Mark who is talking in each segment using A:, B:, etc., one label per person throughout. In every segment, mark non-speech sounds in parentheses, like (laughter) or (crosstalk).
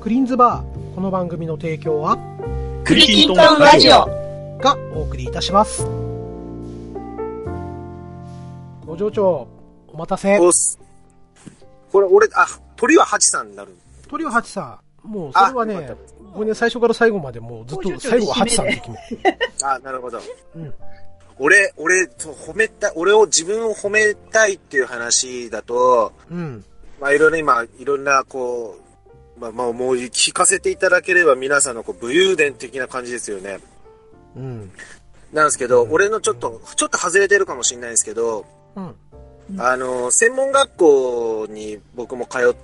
A: クリーンズバー。この番組の提供は、
B: ク
C: リキントンラジオ。
A: がお送りいたします。ご嬢長、お待たせ。
B: おっすこれ、俺、あ、鳥はハチさんになる。
A: 鳥はハチさん。もう、それは
B: あよか
A: ね
B: っ、
A: 僕ね、最初から最後までもうずっ
C: ご嬢
A: と、
C: 長
A: 最後はハチさんって決め
B: あ、なるほど。
A: うん
B: 俺、俺、そう褒めた、俺を自分を褒めたいっていう話だと、
A: うん。
B: まあいろいろ今、いろんな、こう、まあまあもう聞かせていただければ皆さんのこう武勇伝的な感じですよね。
A: うん。
B: なんですけど、俺のちょっと、ちょっと外れてるかもしれないんですけど、
A: うん。
B: あの、専門学校に僕も通っ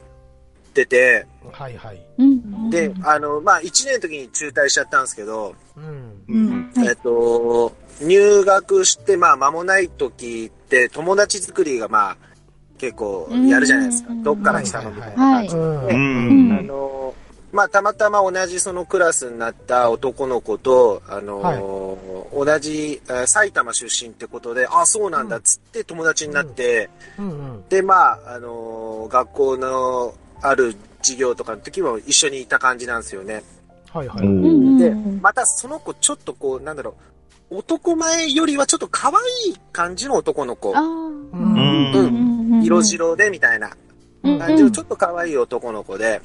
B: てて、
A: はいはい。
C: うん
B: で、あの、まあ、1年の時に中退しちゃったんですけど、
A: うん。
C: うん。は
B: え
C: い
B: っと、入学して、まあ、間もない時って、友達作りが、まあ、結構やるじゃないですか
C: う。ん
B: どっから来たのみたいな
C: は
B: 感
C: い
B: じ
A: う
B: で。
A: ん。
B: う
C: うん
B: あの、まあ、たまたま同じそのクラスになった男の子と、あの、
A: は
B: 同じあ埼玉出身ってことで、あ、そうなんだっつって友達になって、
A: うん。
B: で、まあ、あの、学校のある授業とかの時も一緒にいた感じなんですよね。
A: はいは
D: う。
A: い。
C: うんん。
B: で、
C: うん
B: またその子ちょっとこう、なんだろう、男前よりはちょっと可愛い感じの男の子
C: あ。
A: うん
C: ーうん
B: 色白でみたいな
C: うん
B: 感じのちょっと可愛い男の子で、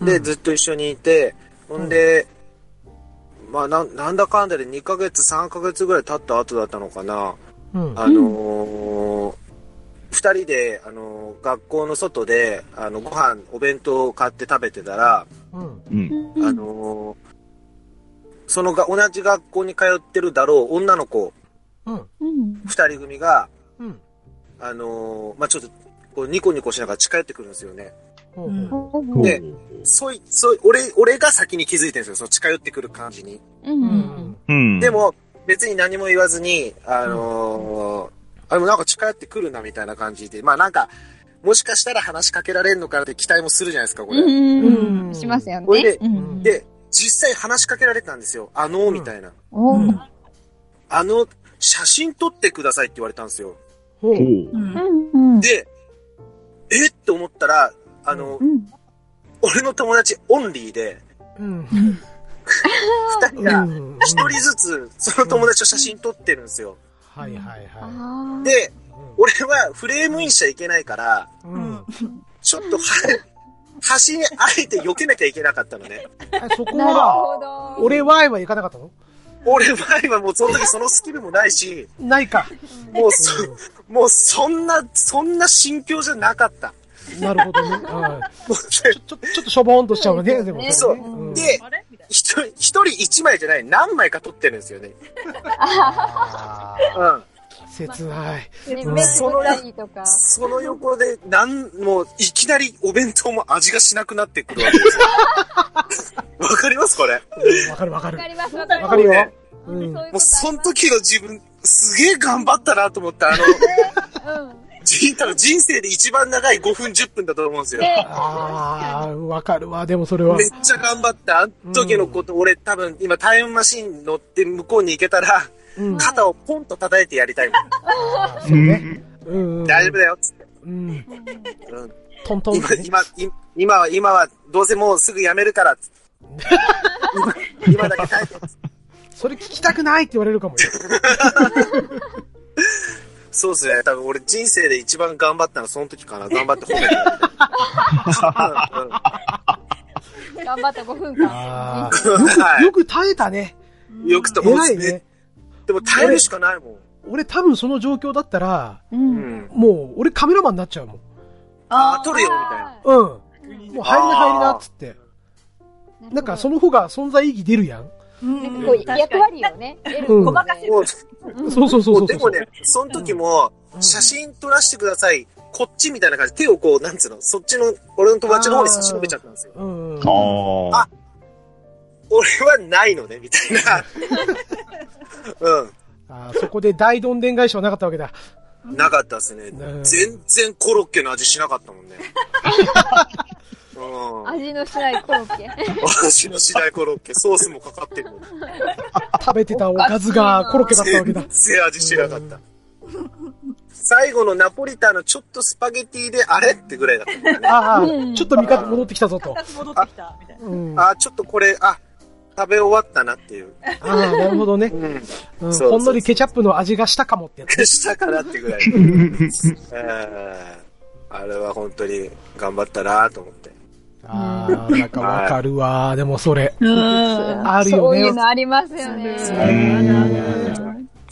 B: で、ずっと一緒にいて、ほんで、まあなん、なんだかんだで2ヶ月、3ヶ月ぐらい経った後だったのかな。
A: うん。
B: あのー二人で、あのー学校の外で、あの、ご飯、お弁当を買って食べてたら、
A: うん。
D: うん。
C: うん
B: あのーそのが、同じ学校に通ってるだろう女の子
A: うん。
C: うん
B: 二人組が、
A: うん。
B: あのーまあ、ちょっと、こうニコニコしながら近寄ってくるんですよね。
A: ほうほう
B: でそい、そい、俺、俺が先に気づいてるんですよ。その近寄ってくる感じに。
C: うん
A: う
C: うんん。
D: うん。
B: で、も、別に何も言わずに、あのーあ、でもなんか近寄ってくるなみたいな感じで、まあなんか、もしかしたら話しかけられるのかなって期待もするじゃないですか、これ。
C: うんうんしますよね。
B: これで
C: うん
B: で、実際話しかけられたんですよ。あのーみたいな。
C: おー
B: あの、写真撮ってくださいって言われたんですよ。
A: ほう
D: ほう。
C: うんうん
B: で、えって思ったら、あの、
C: うん
B: 俺の友達オンリーで、
A: うん。
B: 二人が
A: うん
B: 一人ずつその友達と写真撮ってるんですよ。
A: はいはいは
C: あー
B: で、
A: い。
B: 俺はフレームインしちゃいけないから、
A: うん。うん
B: ちょっとは、端にあえて避けなきゃいけなかったのね。
A: えそこ
C: なる
A: は、
C: ほど。
A: 俺ワイは行かなかったの
B: 俺は今もうその時そのスキルもないし、
A: ないか。
B: もうそ、もうそんな、そんな心境じゃなかった。
A: なるほどね。はい
B: もうね
A: ちょ、ちょっとしょぼーんとしちゃうね、
C: そう
A: で
C: です
A: も
C: ね
A: ね。
B: そう
A: うん
B: で、一人、一人一枚じゃない、何枚か撮ってるんですよね。
A: あ
B: うん。
A: ー切ない。
C: で
A: うん
C: 目つぶったりとか。
B: その横で、なん、もう、いきなりお弁当も味がしなくなってくるわけです
A: (laughs)
B: よ。わかりますこれ。
A: わかるわかる
C: わか。ります、わか
A: わ
C: りま
A: かる
C: す。
A: よ
B: もうね。
A: うん
C: そういうことあり
B: もう、
C: ます
B: その時の自分、すげえ頑張ったなと思って、あ
C: う
B: の、人多分人生で一番長い5分、10分だと思うんです
C: ん。
B: よ。
C: で
B: め、
A: ああ、わかるわ、でもそれは。
B: っちゃ頑張った。あの時のこと、俺多分、今タイムマシン乗って向こうに行けたら、
A: うん。
B: 肩をポンと叩いてやりたいもん。
A: あーそうね。うんうん。
B: 大丈夫だよ、つって。
A: うん。
B: うん
A: トントン
B: 今
A: って、ね。
B: 今、い今は、今は、どうせもうすぐ辞め
A: (laughs)
B: るから、つって今今だけ耐えて。
A: それ聞きたくないって言われるかもよ。
B: (laughs) そうですね。多分俺人生で一番頑張ったのはその時かな。頑張って褒めてもらった。うんうん
C: 頑張った5分間
A: あ。あ。
B: は
A: よく耐えたね。
B: い。よくと思う
A: 偉
B: で
A: い
B: すね
A: ね。。
B: でも耐えるしかないも。
A: 俺多分その状況だったら、
C: うん。
B: うんん。
A: もう俺カメラマンになっちゃうもん。
B: あー、撮るよ、みたいな。
C: あ
A: うん。もう入りな入りなっつって。
C: ー
A: なんかその方が存在意義出るやん。
C: なんかこう役割をね、得る
A: うん
E: ごまかせる
B: もう、
A: そうそうそうそ
B: も
A: うう。
B: でもね、その時も、写真撮らせてください。こっちみたいな感じ。手をこう、なんつうの、そっちの、俺の友達の方に差し伸べちゃったんですよ。
A: うん。うん。
D: ああ。
B: 俺はないのね、みたい
A: (laughs)
B: な。うん。
A: あーそこで大どんでん返しはなかったわけだ。
B: なかったですね
A: う。ん
B: 全然コロッケの味しなかった
A: (laughs)
B: もんね。うん。
C: 味のしないコロッケ。
B: 私の次第コロッケ、ソースもかかってるのに。 (laughs)
A: 食べてたおかずがコロッケだったわけだ
B: 全。然味しなかった。最後のナポリタンのちょっとスパゲティであれってぐらいだったからね。
A: ああ、
D: うん
A: ちょっと味方戻ってきたぞと。
D: 戻ってきた、みたいな。
A: うん、あ
B: あ、ちょっとこれ、あ、食べ終わったなっていう。
A: あ、なるほどね、
B: うん。
A: うん
B: そうそうそう
A: ほんのりケチャップの味がしたかもってやつ。
B: したかなっ
A: (laughs)
B: てぐらい。えーあれは本当に頑張ったなと思って。
A: ああ、なんかわかるわ。でもそれ。
D: うん。
A: あるよね
C: そういうのありますよ
D: 辛
C: ね。
D: いな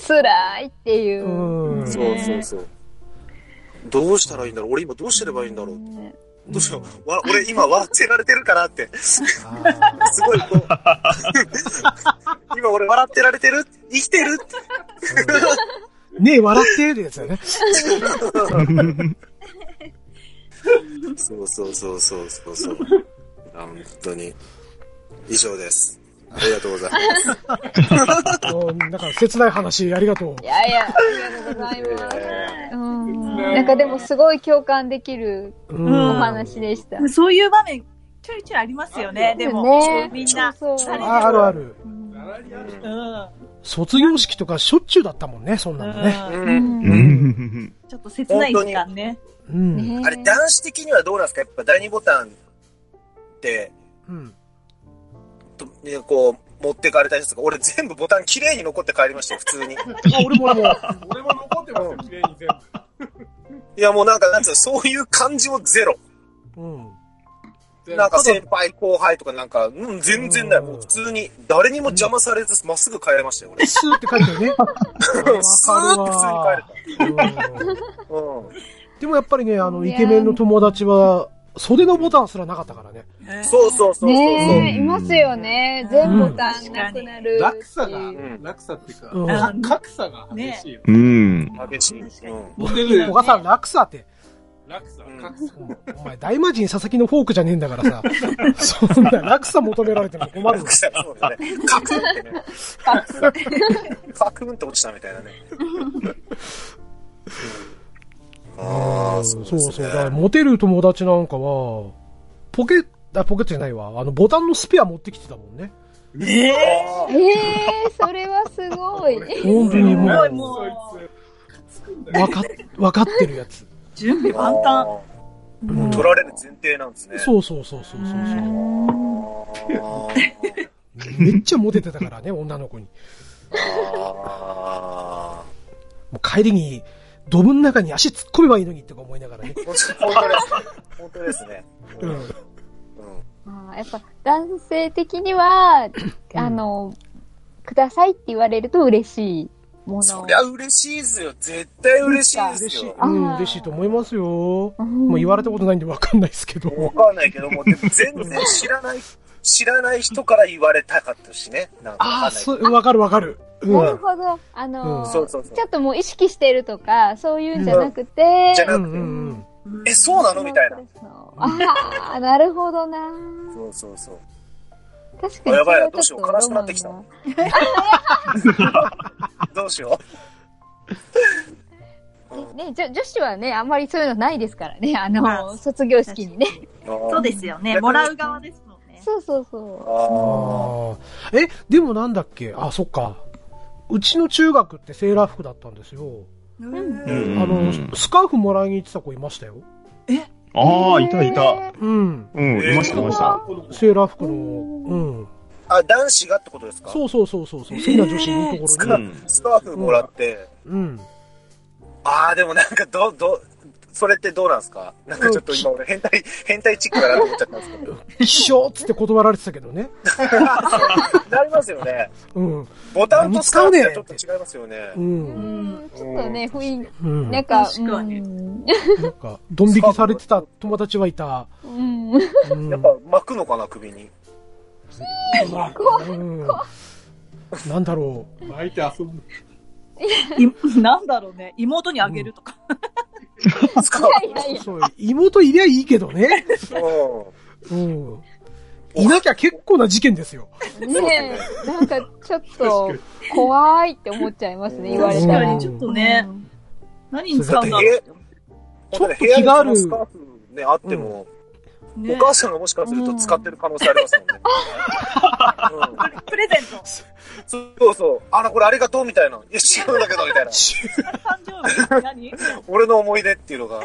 C: 辛いっていうう。
A: ん。
B: そうそうそう。どうしたらいいんだろう俺今どうしてればいいんだろうどうしようわ俺今笑ってられてるからって。す
A: あー
B: ごいこう。今俺笑ってられてる生きてるって。
A: ねえ、笑ってるやつだよね。
B: そうそうそうそうそうそう。本当に。以上です。ありがとうございます。
A: うんなんか切ない話、ありがとう。
C: いやいや、ありがとうございます。
B: え
C: うんなんかでもすごい共感できる
A: う
D: うん
C: お
A: ん。あ
C: 話でした。
D: そういう場面、ちょいちょいありますよね、でも。
C: ね
D: みんな。
C: そうそう。
A: あるある。
B: ー
D: うん。
A: 卒業式とかしょっちゅうだったもんね、そんなのね。
D: う
B: う
D: ん
B: ん
E: うん
D: ちょっと切ない時間ね。
A: うん。
C: ね
B: あれ男子的にはどうなんですかやっぱ第二ボタンって、
A: うん。
B: とねこう、持ってかれたりとか、俺全部ボタン綺麗に残って帰りましたよ、普通に。
A: あ俺も俺も。
F: 俺も残ってますよ、綺麗に全部。
B: いやもうなんか、なんつうの、そういう感じもゼロ。
A: うん。
F: 全部
B: なんか先輩後輩とかなんか、うん、全然ない。もう普通に、誰にも邪魔されず、まっすぐ帰れましたよ、俺。
A: スーって書いてるね。
B: スーって普
A: 普通に帰れた。うん
B: 通に帰れた。うん。
A: でもやっぱりね、あの、
C: い
A: イ
C: やー
A: ケメンの友達は、袖のボタンすらなかったからね。
B: そうそうそうそう。
C: ねえ、いますよね。全ボタンなくなるっていう。
F: 落差が、
B: ん
F: 落差っていうか、
A: うん
F: か格差が激しいよ。ね
E: うん。
B: 激しい。うん。
F: モテる
A: 小賀さん、落差って。
F: 落差、
B: うん
F: 格差。
A: お前、大魔神佐々木のフォークじゃねえんだから (laughs) さ。そんな落差求められても困るぞ。
B: そうだね。カクンってね。カクンって落ちたみたいなね。ああ、そう
A: そ
B: で
A: う
B: す
A: そう。
B: ね
A: だから、モテる友達なんかは、ポケ、あ、ポケットじゃないわ。あの、ボタンのスペア持ってきてたもんね。
B: あ
C: ええー、それはすごい。
A: 本当にも、
D: すごいうも、
F: そうい
A: わかっ、わかってるやつ。
D: 準備
B: ー
D: 万端。
A: うん
B: 取られる前提なんですね。う。
A: そうそうそうそうそうそう。
B: あ
A: (laughs) めっちゃモテてたからね、女の子に。
B: あ。
A: もう帰りに、ドブの中に足突っ込めばいいのにとか思いながらね。
B: 本当ですね。本当で
A: (laughs)
B: すね。
A: う
B: うんん。
C: あーやっぱ男性的には、あの、くださいって言われると嬉しいも
B: そ
C: の
B: り。ゃ嬉しいですよ。絶対嬉しいで
A: 嬉
B: す
A: しい。
B: よ。
A: うん、嬉しいと思いますよ。も
C: ん
A: う言われたことないんでわかんないですけど。
B: わかんないけども、でも全然知らない、知らない人から言われたかったしね。なんかわ
A: ああ、
B: かんないけど
A: そう、わかるわかる。うん。
C: なるほど。あの、
A: うん
B: そうそうそう
C: ちょっともう意識してるとか、そういうんじゃなくて、
B: じゃな
A: う
B: く
A: ん
B: て、
A: うんうん。
B: え、そうなのみたいな。
C: ああ、なるほどな。
B: そうそうそう。
C: 確かに。
B: やばいどうしよう悲しくなってきた
C: ロマンが
B: どうしよ
C: ね、じょ女子はね、あんまりそういうのないですからね。あの、
D: まあ
C: 卒業式にね。
B: う。そ
D: そうですよね。もらう側ですもんね。
C: そうそうそ
B: あ
A: ああ。え、でもなんだっけあ、そっか。うちの中学ってセーラー服だったんですよ。
D: うん
A: あ
E: ん
A: の、スカーフもらいに行ってた子いましたよ。
E: ああ、
C: う。
E: いたいた。
C: へ
A: うん。
E: うん、いました、いました。
A: セーラー服の、うん。
B: あ。あ、男子がってことですか
A: そうそうそうそうそう。好きな女子のとこ
B: ス
A: ろ
B: カ
A: に。
E: うん
B: スカーフもらって、
A: うん。
B: ああ、でもなんか、ど、ど、それってどうなんですかなんかちょっと今俺変態、変態チックだなと思っちゃったんですけど。
A: 一生っつって断られてたけどね。
B: なりますよね。
A: うん。
B: ボタンとスカーフはちょっと違いますよね。
A: う。
C: ーうんんちょっとね、雰囲
A: う
C: 気、
A: ん。
C: な
A: なん
C: か、
D: 確かに
C: うん
A: か、ドン引きされてた友達はいた。
C: うん。
A: うん
B: やっぱ巻くのかな、首に。
A: うんなんだろう。
F: 巻いて遊ぶ。
D: い (laughs) なんだろうね。妹にあげるとか。
B: スカーフ。
C: いやいや。
A: そう、妹いりゃいいけど (laughs) ね。
B: う
A: うん。いなきゃ結構な事件ですよ。
C: ねえ、なんかちょっと怖いって思っちゃいますね、言われ
D: 確
C: た
D: からに、。ちょっとね。何に使うんだろ
B: ん。
A: ちょっと気がある
B: だから部屋にそのスカーフね、あっても、
D: う。
B: お
D: ね
B: 母さんがもしかすると使ってる可能性ありますもんね。
D: プレゼント。
B: そうそう。あの、これありがとうみたいな。いや、違うんだけど、みたいな。
D: あれ誕生日何
B: 俺の思い出っていうのが、おお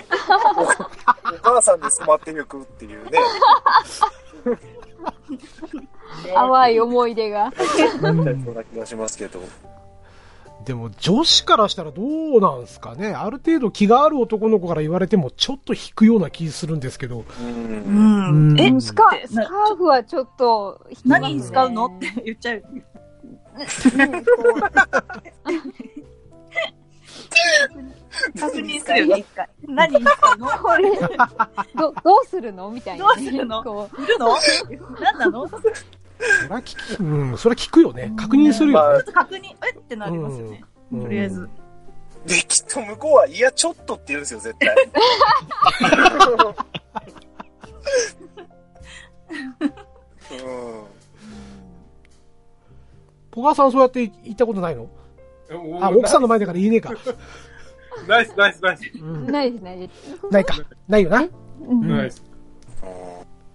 B: 母さんで染まってゆくっていうね。
C: 淡い思い出が。
A: うん
B: そんな気がしますけど。
A: でも女子からしたらどうなんすかね、ある程度気がある男の子から言われても、ちょっと引くような気するんですけど、
B: う。
D: うんん。え
A: う、ん
C: スカ
D: って
C: ス
D: な
C: カーフはちょっと、
D: 何に使うのって言っちゃう。
C: うんこ
D: 確認するよ、一回。何に使うの
C: うこれ、ど、どうするのみたいな、ね。
D: どうするの
C: こう
D: 売るの何なのちょ
A: そりゃ聞き、うん、そりゃ聞くよね、確認するよ
B: ま
A: ね
B: あ
D: っと確認、えってなりますよね。
A: うん。
D: とりあえず。
B: で、きっと向こうは、いや、ちょっとって言うんですよ、絶
A: (laughs)
B: 対。うん。
A: ポガさんそうやって言ったことないのあ、奥さんの前だから言えねえか。
F: ん。ナイス、ナイス、ナイス。
A: うん
C: ないです、ないです。
A: ないか。ないよな。
C: うん
F: ナイス。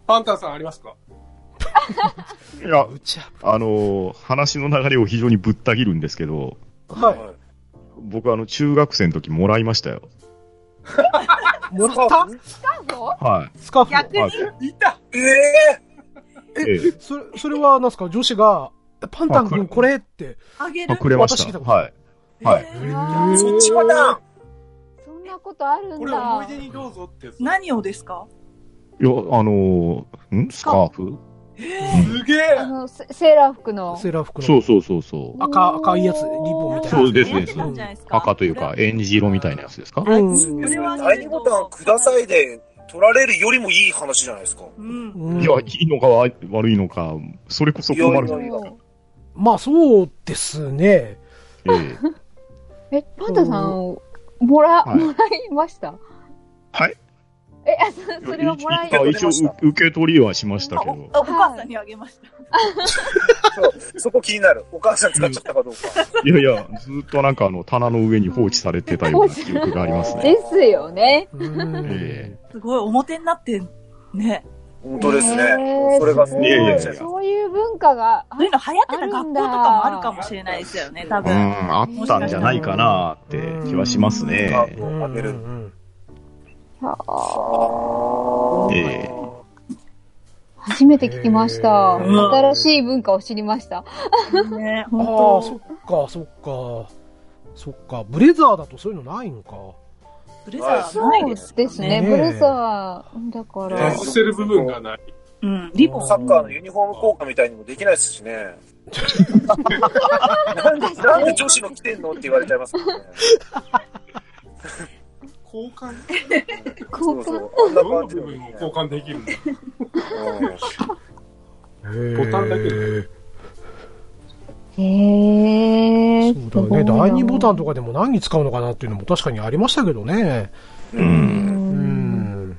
F: パンタンさんありますか
E: いや、
A: うちは
E: あのー話の流れを非常にぶった切るんですけど、
A: は
E: 僕、あの、中学生の時もらいましたよ。
A: い。もらった
C: そう
E: は
A: スカーフ
D: 逆に
E: はい
F: い。いた
B: ええ
E: い。ええ
A: それ、それは、なんすか、女子が、パンタン君これって。
D: あげ
E: あ、
D: る。
E: くれまし
A: 私来
E: た。
A: たこと
E: はい。はい
D: えー
A: ー
B: そっちパターン
C: そんなことあるん
F: これ思
C: だ。
F: い出にどうぞってやつ。
D: 何をですか
E: いや、あのーんスカーフ
F: すげえ
C: あの、セセーラー服の。
A: セーラー服
E: そ
A: の
E: うそうそうそう。
A: 赤、赤いやつ、リボンみたいな。
E: そうですね
D: 流行ってたんじゃないですか
E: 赤というか、エンジ色みたいなやつですか
A: うん
D: これは
B: 第2ボタンくださいで取られるよりもいい話じゃないですか。
D: うん。
A: うん
E: いや、いいのか悪いのか、それこそ困るじゃないですか。
A: まあ、そうですね。
E: ええ
C: え、パンタさん、もら、
E: はい
C: もらいました
E: はい。
C: え、あ、 (laughs) そそれはもらい
E: あ
B: い
E: 一応、う受け取りはしましたけ
D: あ
E: ど
D: お。あお母さんにあげました。
B: そうそこ気になる。お母さん使っちゃったかどうか。
E: いやいや、ずっとなんかあの、棚の上に放置されてたような記憶があります
C: (laughs)
E: ね。
C: ですよね。
A: うん
E: え
D: すごい、表になって、ね。
B: 本当ですね。
C: えー
B: それがすごい
E: いやいやい
B: そ
E: や
B: う
C: そういう文化が、あ
D: そういうの流行ってた学校とかもあるかもしれないですよね、多
E: う
D: 分。
E: ん、あったんじゃないかなって気はしますね。
A: う
B: あ
A: ん
B: げ
A: う
B: る。
A: ん
E: ええ
C: 初めて聞きました。
A: へ
D: ー
C: 新しい文化を知りました。
D: ね、
A: ああー、
D: 本
A: そ
D: 当
A: っか、そっか。そっか、ブレザーだとそういうのないんか。
D: ブレザーないです。
C: ですね、
A: ね
C: ブレザー、だか
F: 脱
C: ら。
F: 出してる部分がない。
D: うん、リボン。
B: サッカーのユニフォーム効果みたいにもできないですしね。なんで、なんで女子の着てんのって言われちゃいますもんね。
F: 交換
C: 交
B: そう
C: 換。
B: そう。あんな
F: どの
B: 感じ
F: 部
B: で、
F: 分
B: ね。
F: を交換できるんだ
B: うん
A: ボ
F: ボタンだけ
A: で。
C: へえ。
A: そうだよね。第2ボタンと
C: か。
A: かでも何に使うのかなっていうのも確かにありましたけどね。
E: う。
C: うんん。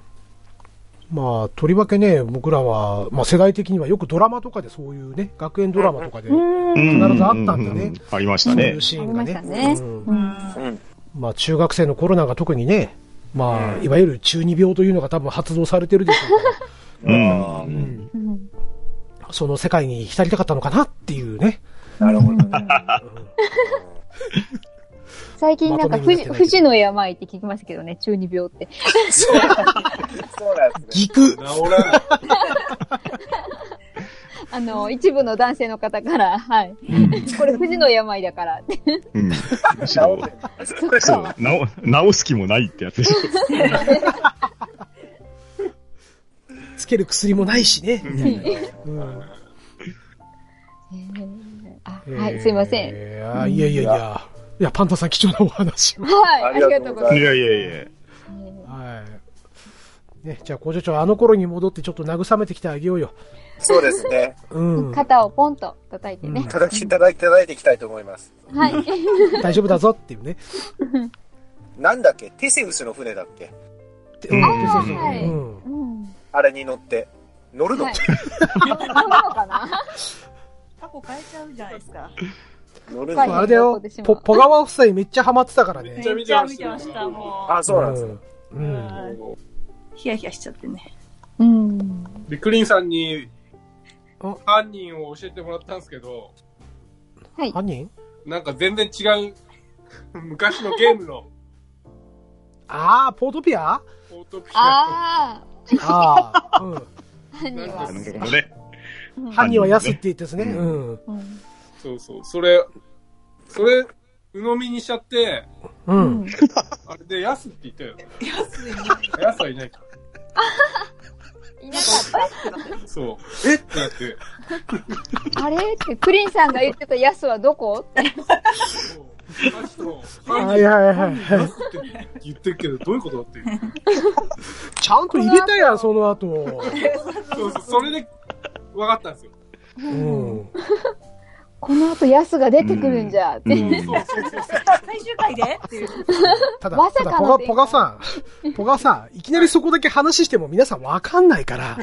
A: まあ、とりわけね、僕らは、まあ世代的にはよくドラマとかでそういうね、学園ドラマとかで、
C: うん。
E: 必
A: 必ずあったんだね。
E: ありまし
A: そ
E: た
A: う
E: ね
A: いう。シーンがね
C: あ。りましたね
A: うん
D: うん。
B: うん。
A: まあ中学生の頃なんか特にね、まあ、いわゆる中二病というのが多分発動されてるでしょうから
E: うん。う
A: うんん
C: うん
A: その世界に浸りたかったのかなっていうね。
B: なるほどね。
C: 最近なんか
A: まとめ
C: 富
A: になってない
C: 士、
A: けど
C: 富士の病って聞きますけどね、中二病って。
B: そうそうなんですね。
A: ギク
F: 治らない。
C: あの、一部の男性の方から、はい。これ富士の病だからって。
E: うん。むしろ、
C: そっか
E: そう、直、直す気もないってやつでしょ。
A: つける薬もないしね、みたいな。うん
C: へーあはい、すいません。
A: ん。いやいやいや。いや、パンタさん貴重なお話を。
C: はい、
B: あ
C: あ
B: り
C: り
B: が
C: が
B: と
C: と
B: う
C: うご
B: ござ
C: ざ
B: い
C: い
E: いやいやいや。
C: ま
A: はい。ね、じゃあ工場長、あの頃に戻ってちょっと慰めてきてあげようよ。
B: そうですね。
A: うん
C: す。。肩をポンと叩いてね。
B: 叩きいただいていただいていきたいと思います。
A: (laughs)
C: はい。
A: 大丈夫だぞっていうね。
B: なんだっけテセウスの船だっけ
A: って
E: うん
A: うん
E: あー
A: そうそうそう
C: はい
A: うん
C: うん。
B: あれに乗って。乗るの、
C: はい。そうなのかな
D: 過去変えちゃうじゃないですか。
B: (laughs) 乗る
A: そう
B: の
A: あれだよ、ポ、ポガワ夫妻めっちゃハマってたから
F: めっ
A: ね。
F: ちゃ
D: め
F: 見
D: っち
F: て
D: ゃ
F: ま
D: 見
F: して
D: ました、
F: た。
D: も
B: あ、そうなんですよ。
A: う。
D: う。うんんヒヤヒヤしちゃってね。
C: うん。
F: で、クリンさんに、
A: あ
F: 犯人を教えてもらったんですけど、
C: はい。
A: 犯人
F: なんか全然違う、 (laughs) 昔のゲームの
A: ああ、ポートピアあ
F: オートピア
C: あ
A: あ
C: (laughs)
A: ー、うん。
C: あ、犯人は
E: な。るほどね。
A: 犯人は安って言ってですね。うん。
C: うん
F: そうそう、それ、それ、鵜呑みにしちゃって、
A: う。
D: うんん。
F: あれで安って言ったよね。安はいないか
C: いなかっ
F: ら。そう。
B: え
F: ってなって。
C: た。あれって、クリンさんが言ってたヤスはどこ
F: そう犯
A: はいは
F: 人と犯人
A: いは
F: 犯
A: い
F: 人
A: はい。
F: 安って言ってるけど、どういうことだっていう。
A: ちゃんと入れたやん、その後。
F: そうそう、それで分かったんですよ。
A: うん。
C: この後ヤスが出てくるんじゃ、って。
E: うん
F: そうそうそうそう。
D: 最終回でっていう。
A: ただ、
C: まさ
A: た
C: か
A: だポ
C: の
A: ガ、
C: 展開
A: ポガさん、ポガさん、いきなりそこだけ話しても皆さんわかんないから、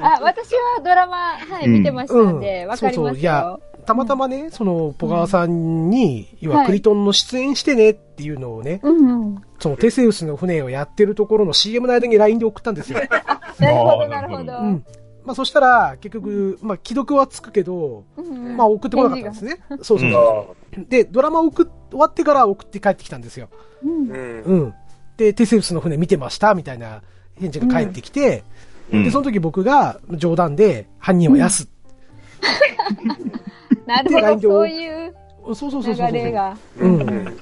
C: あ、私はドラマ、はい、
E: うん
C: 見てましたんで、わ、かり
A: そう
C: ま
A: そう
C: す
A: いや
C: よ。
A: たまたまね、その、ポガさんに、要は
C: はい
A: クリトンの出演してねっていうのをね、
C: うんうん。
A: そのテセウスの船をやってるところの CM の間に LINE で送ったん
C: (laughs)
A: ですよ。
C: なるほ
E: あ
C: ど、
E: ー
C: なるほど。
A: うん。まあそしたら、結局、まあ既読はつくけど、
C: うん
A: まあ送ってこなかったんですね。そうそう
E: あ
A: そう。で、ドラマ送っ終わってから送って帰ってきたんですよ。
C: うん
B: うん。
A: うん。で、テセウスの船見てましたみたいな返事が返ってきて、
E: うん
A: で、その時僕が冗談で、犯人は安。でラインで
C: なるほど、そういう
A: そうそうそうそうそう。
C: 流れが。
A: うん。
E: で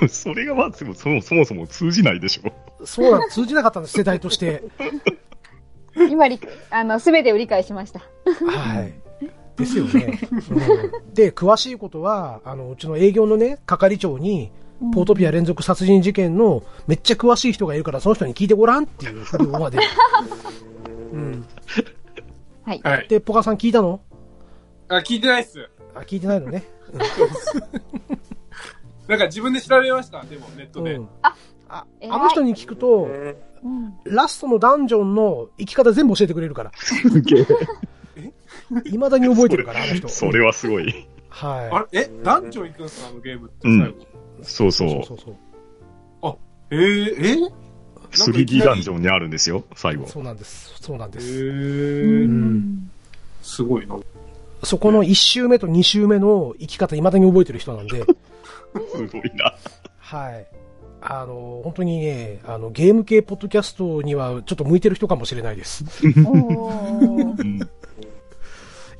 E: も、それがまあ、でもそもそもそも通じないでしょ。
A: そうなの、通じなかったんです、世代として。
C: 今理、あの、すべてを理解しました。
A: はい。ですよね。うんで、詳しいことは、あの、うちの営業のね、係長に、ポートピア連続殺人事件のめっちゃ詳しい人がいるから、その人に聞いてごらんっていうふうにオ
C: (laughs)
A: ファーで。うん。
C: はい。
F: はい。
A: で、ポカさん聞いたの
F: あ、聞いてないっす。
A: あ、聞いてないのね。
F: なんか自分で調べました、でも、ネット
A: う
F: で。
A: ん。
C: あ
A: あ、
C: 偉い
A: あの人に聞くと、
C: うん
A: ラストのダンジョンの生き方全部教えてくれるから。
E: すげえ。
A: 未だに覚えてるから、あの人。
E: (laughs) それはすごい。
A: は
F: あれえダンジョン行くんですかあのゲームって
E: うん
F: 最後。
E: そう
A: い。
E: そ
A: そう
E: う
A: そ。うそう。
F: えー、
E: 3D ダンジョンにあるんですよ、最後。
A: そうなんです。そうなん
F: え
A: です。
F: ー、えー、
A: ん
F: すごいな。
A: そこの1周目と2周目の生き方、未だに覚えてる人なんで、
E: すごいな。
A: はい。あの、本当にね、あの、ゲーム系ポッドキャストにはちょっと向いてる人かもしれないです。
C: おー
E: うん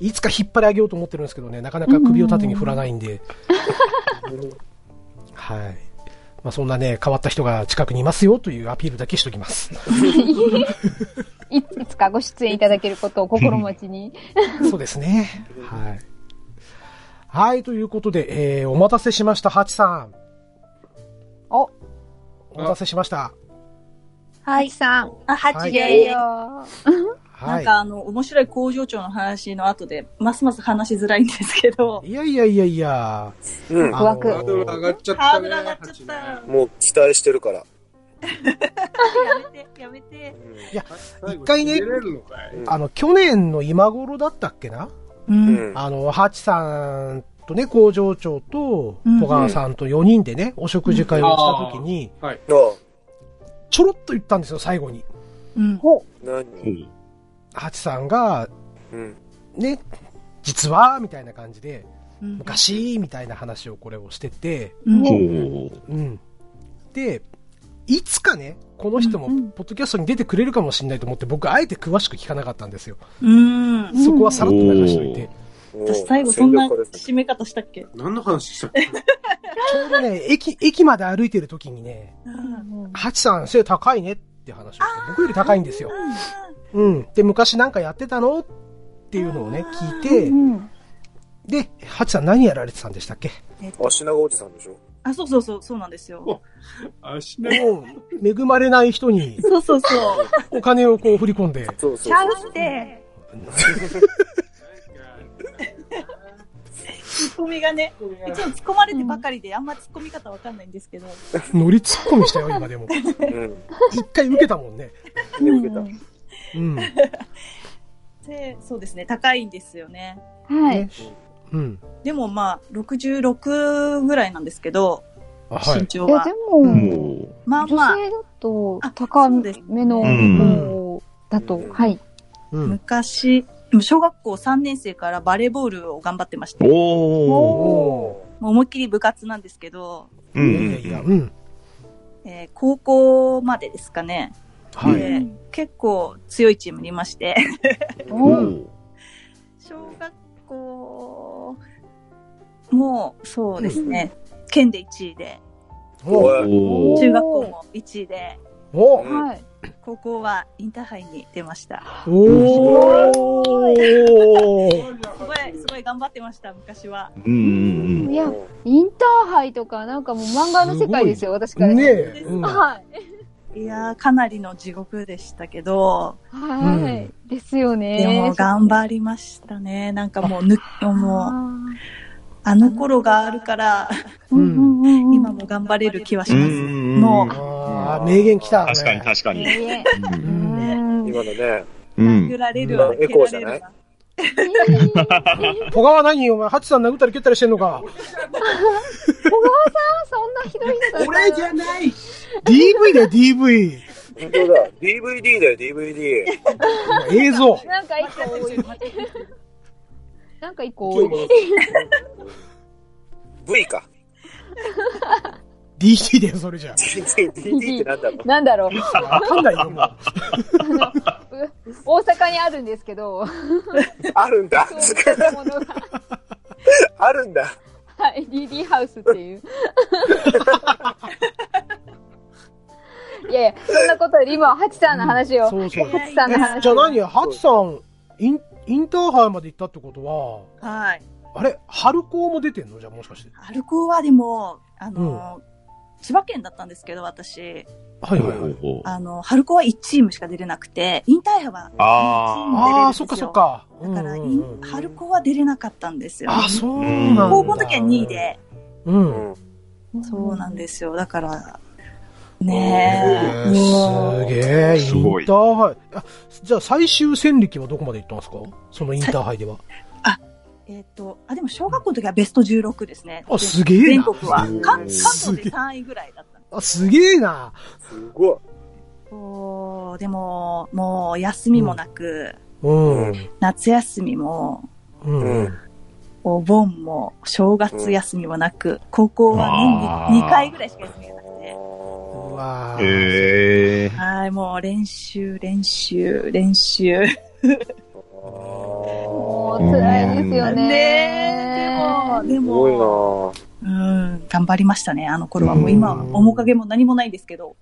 A: いつか引っ張り上げようと思ってるんですけどね、なかなか首を縦に振らないんで。はい。まあ、そんなね、変わった人が近くにいますよというアピールだけしときます。
C: いついつかご出演いただけることを心待ちに。
A: そうですね。はい。はい、ということで、えー、お待たせしました、ハチさん。
C: お、
A: お待たせしました。
D: はい、さん。あ、
A: はい
D: 八
C: いや
D: で
C: い
D: い
C: や
D: よ。な
A: は
D: ん
A: い。
D: かあの、面白い工場長の話の後で、ますます話しづらいんですけど、
A: いやいやいやいや。
B: うん。
A: あの
C: 枠
F: ハードル上がっちゃっ
D: ハ
F: た
D: ード
F: ね。
D: ル上がっちゃった。
B: もう期待してるから。
D: やめて、やめて。
F: 八ね
A: 一回ね
F: 最後出れるのかい
A: あの、去年の今頃だったっけな
D: う。
B: うんん。
A: あの、ハチさんとね、工場長と
D: うん、
A: ポガーさんと4人でね、お食事会をした時に、
F: はい。
B: あ、
A: ちょろっと言ったんですよ、最後に。
D: うん。
E: う
B: 何
E: ん
A: ハチさんが、
B: うん。
A: ね、実は、みたいな感じで、
D: うん
A: 昔、みたいな話をこれをしてて、
D: うん
E: ほう。
A: うん。で、いつかね、この人も
C: うんうん、
A: ポッドキャストに出てくれるかもしれないと思って、僕、あえて詳しく聞かなかったんですよ。
D: うん。
A: そこはさらっと流しといて。
D: 私最後そんな締め方したっけ
F: 何の話したっけ
A: ちょうどね、駅、駅まで歩いてる時にね、
C: うん
A: ハチさん背高いねって話をして、僕より高いんですよ。うん。で、昔なんかやってたのっていうのをね、
C: う
A: 聞い
C: ん
A: て、で、ハチさん何やられてたんでしたっけ
D: えっと
B: あ、品川おじさんでしょ
D: あ、そうそうそう、そうなんですよ。
F: 足ね。
A: もう、恵まれない人に
D: そうそうそう。
A: お金をこう振り込んで、
B: そうそう
D: 倒して、ツッコミがね、いつも突っ込まれてばかりで、あんま突っ込み方わかんないんですけど。
A: 乗り突っ込みしたよ、今でも。
B: そう。うん。
A: 一回受けたもんね。
B: で、受けた。
A: うん。ね
D: で、そうですね、高いんですよね。
C: はい。
A: うん。
D: でもまあ、66ぐらいなんですけど、
A: あは
D: 身
A: い。
D: 長
C: いや、
D: は
C: で。も、
E: も
D: まあ
C: 女性
D: まあ、
C: だと
D: あ
C: 高
D: そうです
C: めの
E: うん
C: 方だと、はい。
A: うん。
D: 昔、でも小学校3年生からバレーボールを頑張ってました。も
E: おー。
A: お
D: う思いっきり部活なんですけど、
E: う
A: ー
E: ん
A: いや
E: う
A: い
E: ん
A: やいや、うん。
D: えー高校までですかね、
A: は
D: え
A: い。
D: ー結構強いチームにいまして、
E: うん。お
C: お
E: ー
D: 小学校もそうですね、県で1位で、
A: おー
E: おー。
D: 中学校も1位で、
A: おー
C: はい。
D: 高校はインターハイに出ました。
A: おー
D: すごい、すごい頑張ってました、昔は。
E: うんうん
C: いや、インターハイとか、なんかもう漫画の世界ですよ、私から
A: ね
C: ね。
A: え。うん
C: はい。
D: いやー、かなりの地獄でしたけど、
C: はい。ですよ
D: で
C: ね。
D: も頑張りましたね。なんかもうぬ、もう、あの頃があるから、
A: う
C: うんんうんうんうん。
D: 今も頑張れる気はし
E: うん。う
D: ま
E: ん
D: す。
E: うんうん。
D: も
A: あー名言きた。
E: 確かに確かに。
C: ねえ
E: う
A: うんん。
B: 今のね、
E: う
D: 殴
E: ん。
D: られるわ、
B: エ
D: 蹴
B: コー
D: ら
B: じゃ
D: れ
B: ない
D: るわ。
A: 小川何お前、ハチさん殴ったり蹴ったりしてんのか。
C: そんなひどい人だった。
F: 俺じゃない
A: DV だよ、DV。
B: 本当だ、DVD だよ、DVD。
A: 映像。
C: なんか一個多い。なんか一個多
F: 今
C: い
F: 日。も
B: V か。
A: DT だよ、それじゃ。
B: DVD ってなんだろ
C: なんだろ
B: う。
C: う。
A: わかんないよ、もう。
C: 大阪にあるんですけど、
B: あるんだ。 (laughs)
C: そういうものが、
B: あるんだ。
C: はい、DD ハウスっていう。いやいや、そんなことより今、ハチさんの話を。
A: そうそう。
C: ハチさんの話を。
A: じゃあ何ハチさん、イン、インターハイまで行ったってことは、
D: はい。
A: あれ、春高も出てんのじゃあもしかして。
D: 春高はでも、あの、千葉県だったんですけど、私、
A: はいはいは
E: ほう
A: い。
E: ほうほう
D: あの、春高は1チームしか出れなくて、インターハイは
E: あ
A: ああ、そっかそっか。う
D: だ
A: んう
D: か
A: ん
D: ら、
A: うん
D: 春高は出れなかったんですよ。
A: あ、そうなんだ。
D: 高校の時は2位。で、
A: う。
B: うんん。
D: そうなんですよ。だから、
A: え
D: ねえ、
A: ーす
D: も
A: げえ、イ
E: すごい
A: ンターハイ。あじゃあ最終戦歴はどこまで行ったんですかそのインターハイで
D: (laughs)
A: は。
D: う、えっ、と、あ、でも小学校の時はベスト16ですね。
A: あ、すげえ
D: 全
A: な。
D: 国は。関関
A: す
D: 東
A: げえ
D: で3位ぐらいだった。
A: あ、すげえな。
B: すごい。
D: そう、でも、もう休みもなく、
A: うん。
D: 夏休みも、
A: うん。
D: お盆も、正月休みもなく、高校は
E: あー
D: 年に2回ぐらいしか休みがなく
A: う
D: て。
B: あ
A: わー
E: あ。ええ。
D: はい、もう練習、練習、練習。
C: もう辛いですよね。
D: ねえ
B: す
D: でも、で
B: ごいな
D: も、うん、頑張りましたね、あの頃は。もう今は
A: うん
D: 面影も何もないんですけど、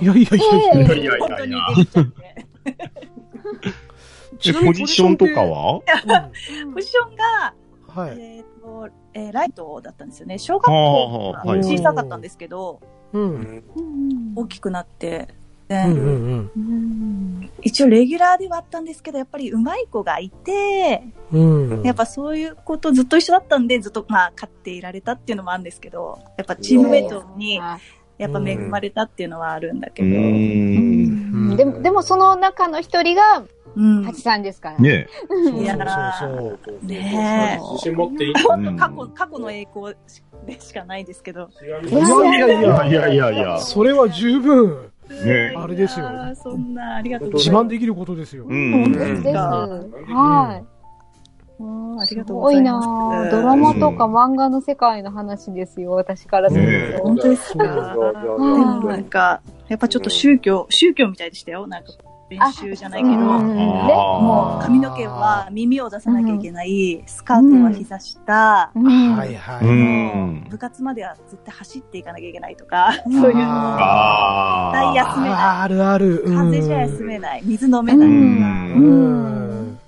A: いやいやいやいや。
C: ええ
E: いやい
D: 本
E: や
D: 当
E: い
D: に
E: や。
D: 出てきちゃ
A: (laughs)
D: って。
E: え、ポジションとかは
D: ポジションが、
A: うんはい。
D: えっと、えーライトだったんですよね。小学校は
E: はあはあはい
D: 小さかったんですけど、
A: うん。
D: 大きくなって、
A: う
D: で
A: んうん
D: 一応レギュラーではあったんですけど、やっぱり上手い子がいて、
A: うん。うん。
D: やっぱそういうことずっと一緒だったんで、ずっとまあ勝っていられたっていうのもあるんですけど、やっぱチームメイトにやっぱ恵まれたっていうのはあるんだけ
E: う
D: ど、
C: う
E: ーん。
C: んでも、でもその中の一人が、
D: うん
C: ハチさんですから。
E: ね
A: そう
D: いや
A: そうそう
D: ね
F: 自信持っていい
D: え。本当過
E: う
D: 去、
E: ん
D: 過去の栄光でしかないですけど。
A: いやいやい
E: いや
A: や
E: いやいやいや。
A: それは十分
E: ねえ
A: あれですよ
D: いやーそんな、ありがとうござ
A: 自
D: います。
A: 慢できることですよ。
E: うん
D: 本当
C: です
D: う
C: で
D: ん
C: す。はい。うん
D: ありがとう
C: 多
D: ござ
C: い
D: い
C: な
D: ます
C: ぁドラマとか漫画の世界の話ですよ、私からすると。
D: 本当ですか。
A: そう
B: そうそうそう
D: でもなんか、やっぱちょっと宗教、宗教みたいでしたよ。なんか、練習じゃないけど、
C: うん
D: も
C: ね
E: あー
D: う髪の毛は耳を出さなきゃいけない、スカートは膝下、
C: うん
A: はいは
E: う
A: い。
E: ん。
D: 部活までは絶対走っていかなきゃいけないとか、そういうの
E: あ
D: を絶対
E: あ。
D: 休めない。
A: ああるある。うん
D: 風邪じゃ休めない。水飲めな
E: う
D: い。
E: ん。
A: うん。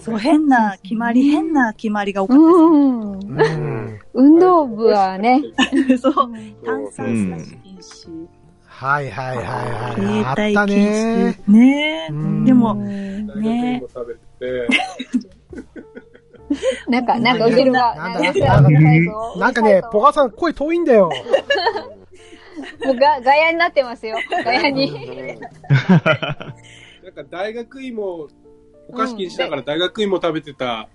D: そう、変な決まり、変な決まりが多かっ
C: うん
A: うん
C: 運動部はね、
D: たです。 (laughs) そう。
C: うん
D: 炭酸スタし禁止。
A: はいはいはいはい。あ
D: 携
A: っ
D: 帯禁
A: たね。
D: 止。ね
A: うん
D: え。でも、
F: ねえ。食べてて
C: なんか、なんか後ろが、
A: なんだ
C: なんか後ろがうるさいぞ
A: なんかね、ポカさん声遠いんだよ。
C: もうが、ガヤになってますよ。ガヤに。
F: なんか大学芋、お菓子にしながら大学芋食べてた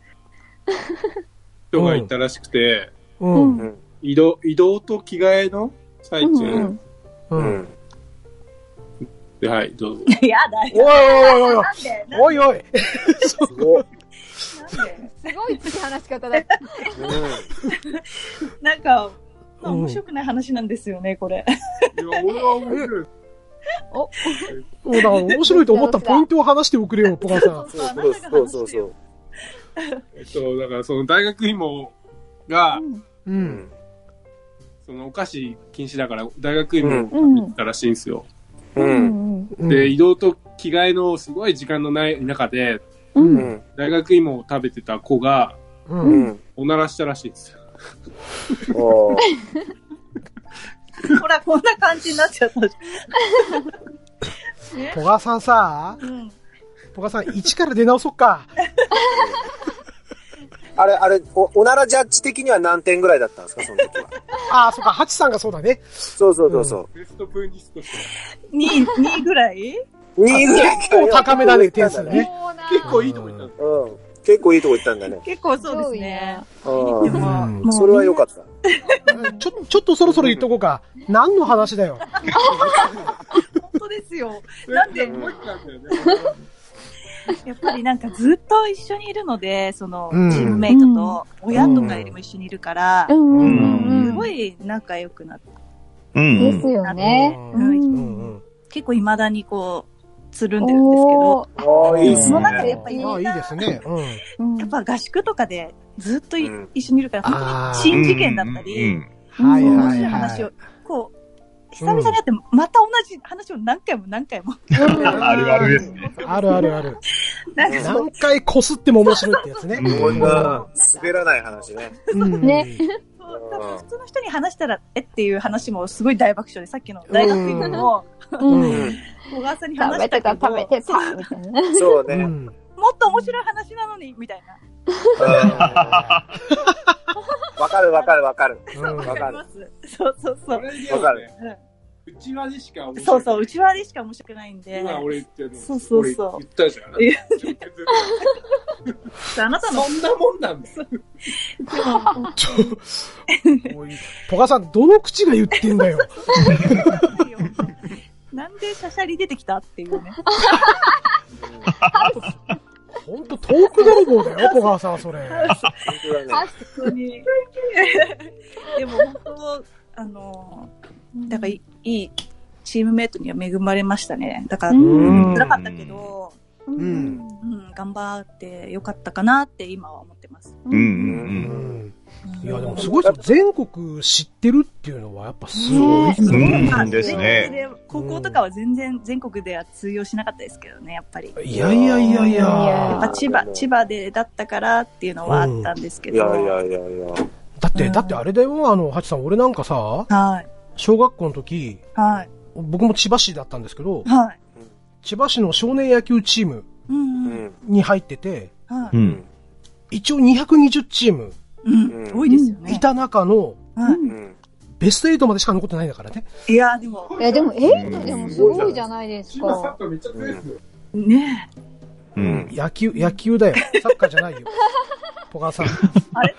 F: 人がいたらしくて、
A: う
C: うん
A: ん。
F: 移動、移動と着替えの最
C: うんう
F: 中
C: ん。
A: うん。
F: で、はい、どうぞ。
D: やだ
A: おい
D: よ。
A: おいおいおいおいお
D: なんで
A: い
B: すごっ
D: なんです
C: ごい突き放し方だった。
B: う
D: なんか、
A: うん
D: 面白くない話なんですよね、これ。
F: いや、俺は面白い。
C: お、
A: もうだから面白いと思ったポイントを話しておくれよ、ポカさん。
D: (laughs)
B: ん。そうそうそうそう。
F: えっと、だからその大学芋が、
A: う。
B: うんん。
F: そのお菓子禁止だから、大学芋を
C: うん。
F: 行ったらしいんですよ。
B: う。
C: うんん。
F: で、移動と着替えのすごい時間のない中で、
C: う。
B: うんん。
F: 大学芋を食べてた子が、
A: う。
B: うんん。
F: おならしたらしいんですよ。
B: おー
D: ほら、こんな感じになっちゃった。
A: ポカさんさ、
D: うん。
A: ポカさん一から出直そっか。
B: あれ、あれ、お、おならジャッジ的には何点ぐらいだったんですか、その時は。
A: ああ、そっか、ハチさんがそうだね。
B: そうそうそうそ
F: ベストプーニストして。
D: 2、2ぐらい
B: う。2位ぐらい結
A: 結構高めだね点数ね
C: そうな
F: 結構いいとこ行ったの。
B: うん。結構いいとこ行ったんだね。
D: 結構そうですね。。
B: う
D: で
B: ん。
D: も、
A: うん
D: もう
B: それは良かった。
A: ちょ、ちょっとそろそろ言っとこうか。何の話だよ。
D: 本当ですよ。なんで
F: もう一回あったよね。
D: やっぱりなんかずっと一緒にいるので、その、
A: うん
D: チームメイトと、親とかよりも一緒にいるから
C: う、んうんう
D: す
C: ん
D: ごい仲良くなって、
E: う
C: うん。で
E: ん
C: す。よね。
A: う
D: うん
A: うんうん。
D: 結構未だにこう、つるんでるんですけど、
B: ああ、いいっ
A: うん
B: す
D: その中
B: ね。
D: でやっぱりみんな
A: ああ、いいですね。うん。
C: うん
D: やっぱ合宿とかでずっとい
B: うん
D: 一緒にいるから、
A: あー
D: 本当に珍事件だったり、
E: うん
A: はい
D: 面
A: は
D: 白
A: い
D: い
A: は
D: 話
A: い
D: を。、こう、久々に会って、また同じ話を何回も何回も。
E: あるあるですね。
A: あるあるある。
D: なんかそう
A: 何回こすっても面白いってやつね。
B: こん
E: う
B: な、滑らない話ね。
A: うん
C: ね。
D: そう多分普通の人に話したら、えっていう話もすごい大爆笑で、さっきの大学院の
A: う。
B: うんん。
D: 小川さんに
C: 食べ
D: 話して
C: た
D: たけど、
C: 食べて
D: も
C: たみたいな。
B: そう
A: う
B: ね。うん。
A: ん。
D: っと面白い話なのに、みたいな。
B: わかるわかるわかる。
A: うん
B: わかる
D: ります。そうそうそ。
F: そうれではね
B: わかる
F: うちわでしか面白い
D: そうそう、うちわでしか面白くないんで。
F: 今俺言ってるの。
D: そうそうそう
F: 俺言ったじゃん。
D: い
F: そ
D: あなたの、
F: んなもんなんだよ。
A: ちょ、ポカさん、どの口が言ってんだよ。
D: なんでシャシャリ出てきたっていうね。
A: (laughs) ほんと、トーク泥棒だ (laughs) よ、ポカさん、それ。
B: 本当だね
D: 本当に。でも本当、あの、だからいいいチームメイトには恵まれましたね。だから、
A: うん
D: 辛かったけど、
A: う。
C: うん
D: うん、頑張ってよかったかなって今は思ってます。
E: うんうん
A: う
E: うん。
A: ん。いや、でもすごいですよ全国知ってるっていうのは、やっぱすごい。
E: すごい
D: ね
E: うんですね。
D: 全国で高校とかは全然全国では通用しなかったですけどね、やっぱり。や
A: いやいやいやい
D: っ
A: や。
D: ぱ千葉、千葉でだったからっていうのはあったんですけ
B: い
D: ど。
B: やいやいやいや。
A: だって、だってあれだよ、あの、ハチさん、俺なんかさ、
D: はい、
A: 小学校の時、
D: はい、
A: 僕も千葉市だったんですけど、
D: はい。
A: 千葉市の少年野球チーム
D: うん、
B: う
D: うん、
B: ん。
A: に入ってて、
D: は
E: う
D: い。
E: ん。
A: 一応220チーム
D: うん、多いですよ
A: い
D: ね。
A: た中の、
D: は
B: うん。
A: ベスト8までしか残ってないんだからね。
D: い、いや、でも、
C: いや、でも、エイトでもすごいじゃないです
F: 今サッ
C: か。
F: カーめっちゃ強いですよ。
D: ねえ。
E: うん。
A: 野球、野球だよ。サッカーじゃない
D: (laughs)
A: よ。ポカさん。
D: あれ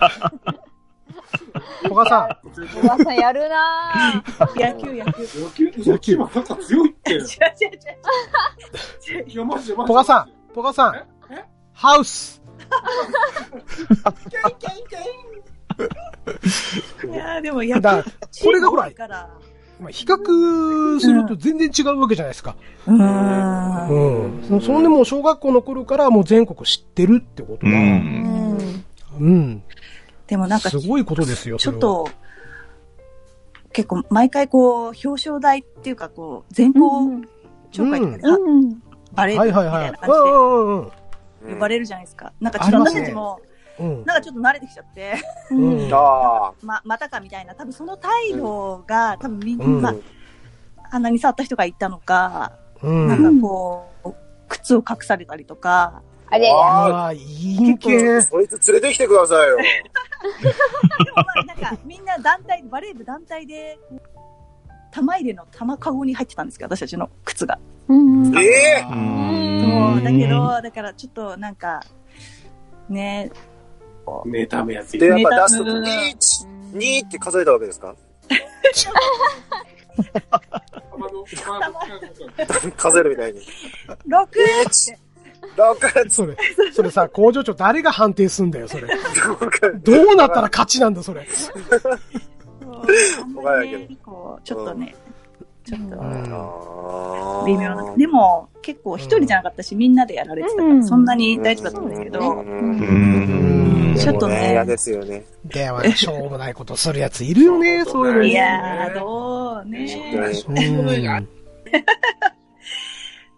A: ポカさ
C: おばさんやるなぁ。
A: (laughs)
D: 野球、野球。違う
F: 野球って野球はサッカー強いって。
D: (laughs)
F: い
D: 違う
F: や、マジでマジで。
A: ん。ポカさん。ポカさん。ハウス。
D: 違う。いやーでも野球、
A: だこれがほら
D: チーム多いから。
A: まあ、比較すると全然違うわけじゃないですか。
D: うーん。
A: うん。そそんでもう小学校の頃からもう全国知ってるってこと
E: う
A: は、
E: ん。
A: うん。
D: でもなんか、
A: す
D: ち
A: ごいことですよ、そ
D: ょ
A: れ
D: っ
A: は。
D: と、結構毎回こう、表彰台っていうかこう、全校紹介とかで、あ
C: ん。
D: バレー
A: は
D: 部
A: いはい
D: みた
A: はいい
D: な。感じ
A: うんうん
D: で呼ばれるじゃないですか。なんかちょっ
A: あ
D: と
A: りますね
D: 私たちも、
A: うん。
D: なんかちょっと慣れてきちゃって、 (laughs)
A: うん。うん。
B: あ
D: ま、またかみたいな、多分その態度が、多分み
A: うんん
D: な、あんなに触った人がいたのか、
A: うん。
D: なんかこう、靴を隠されたりとか、
C: あれ、
A: う
B: あ。あ
A: わいい
B: あ。
A: け。
B: そいつ連れてきてくださいよ。
D: でもまあなんかみんな団体、バレー部団体で、玉入れの玉かごに入ってたんですけど、私たちの靴が。
C: うん。
B: ええ
D: そう、だけど、だからちょっとなんか、ね、
F: ねえ、ダメやつい
B: で、
F: る。
B: やっぱ出すとき、1、2って数えたわけですか
F: あの、の、パート使うこ
B: (laughs) 数えるみたいに。
D: 六
B: 6、
A: それ、それさ、工場長誰が判定すんだよ、それ。
B: 6、
A: どうなったら勝ちなんだ、それ。
D: そう
B: わか
D: あ
B: る
D: ん
B: け
D: まり
B: ど
D: ねこうちょっとね、ちょっ
A: う
D: と
A: ん
B: あー
D: 微妙な。でも、結構一人じゃなかったし、みんなでやられてたから、
C: うん
D: そんなに大丈夫だったんですけ
B: う
D: ど、
B: ん
E: う
A: うん
E: ん。
D: ちょっとね
B: でも嫌ですよね。
A: では、しょうもないことするやついるよね、そういうの
D: い
A: に。
D: やー、どうね。
A: うん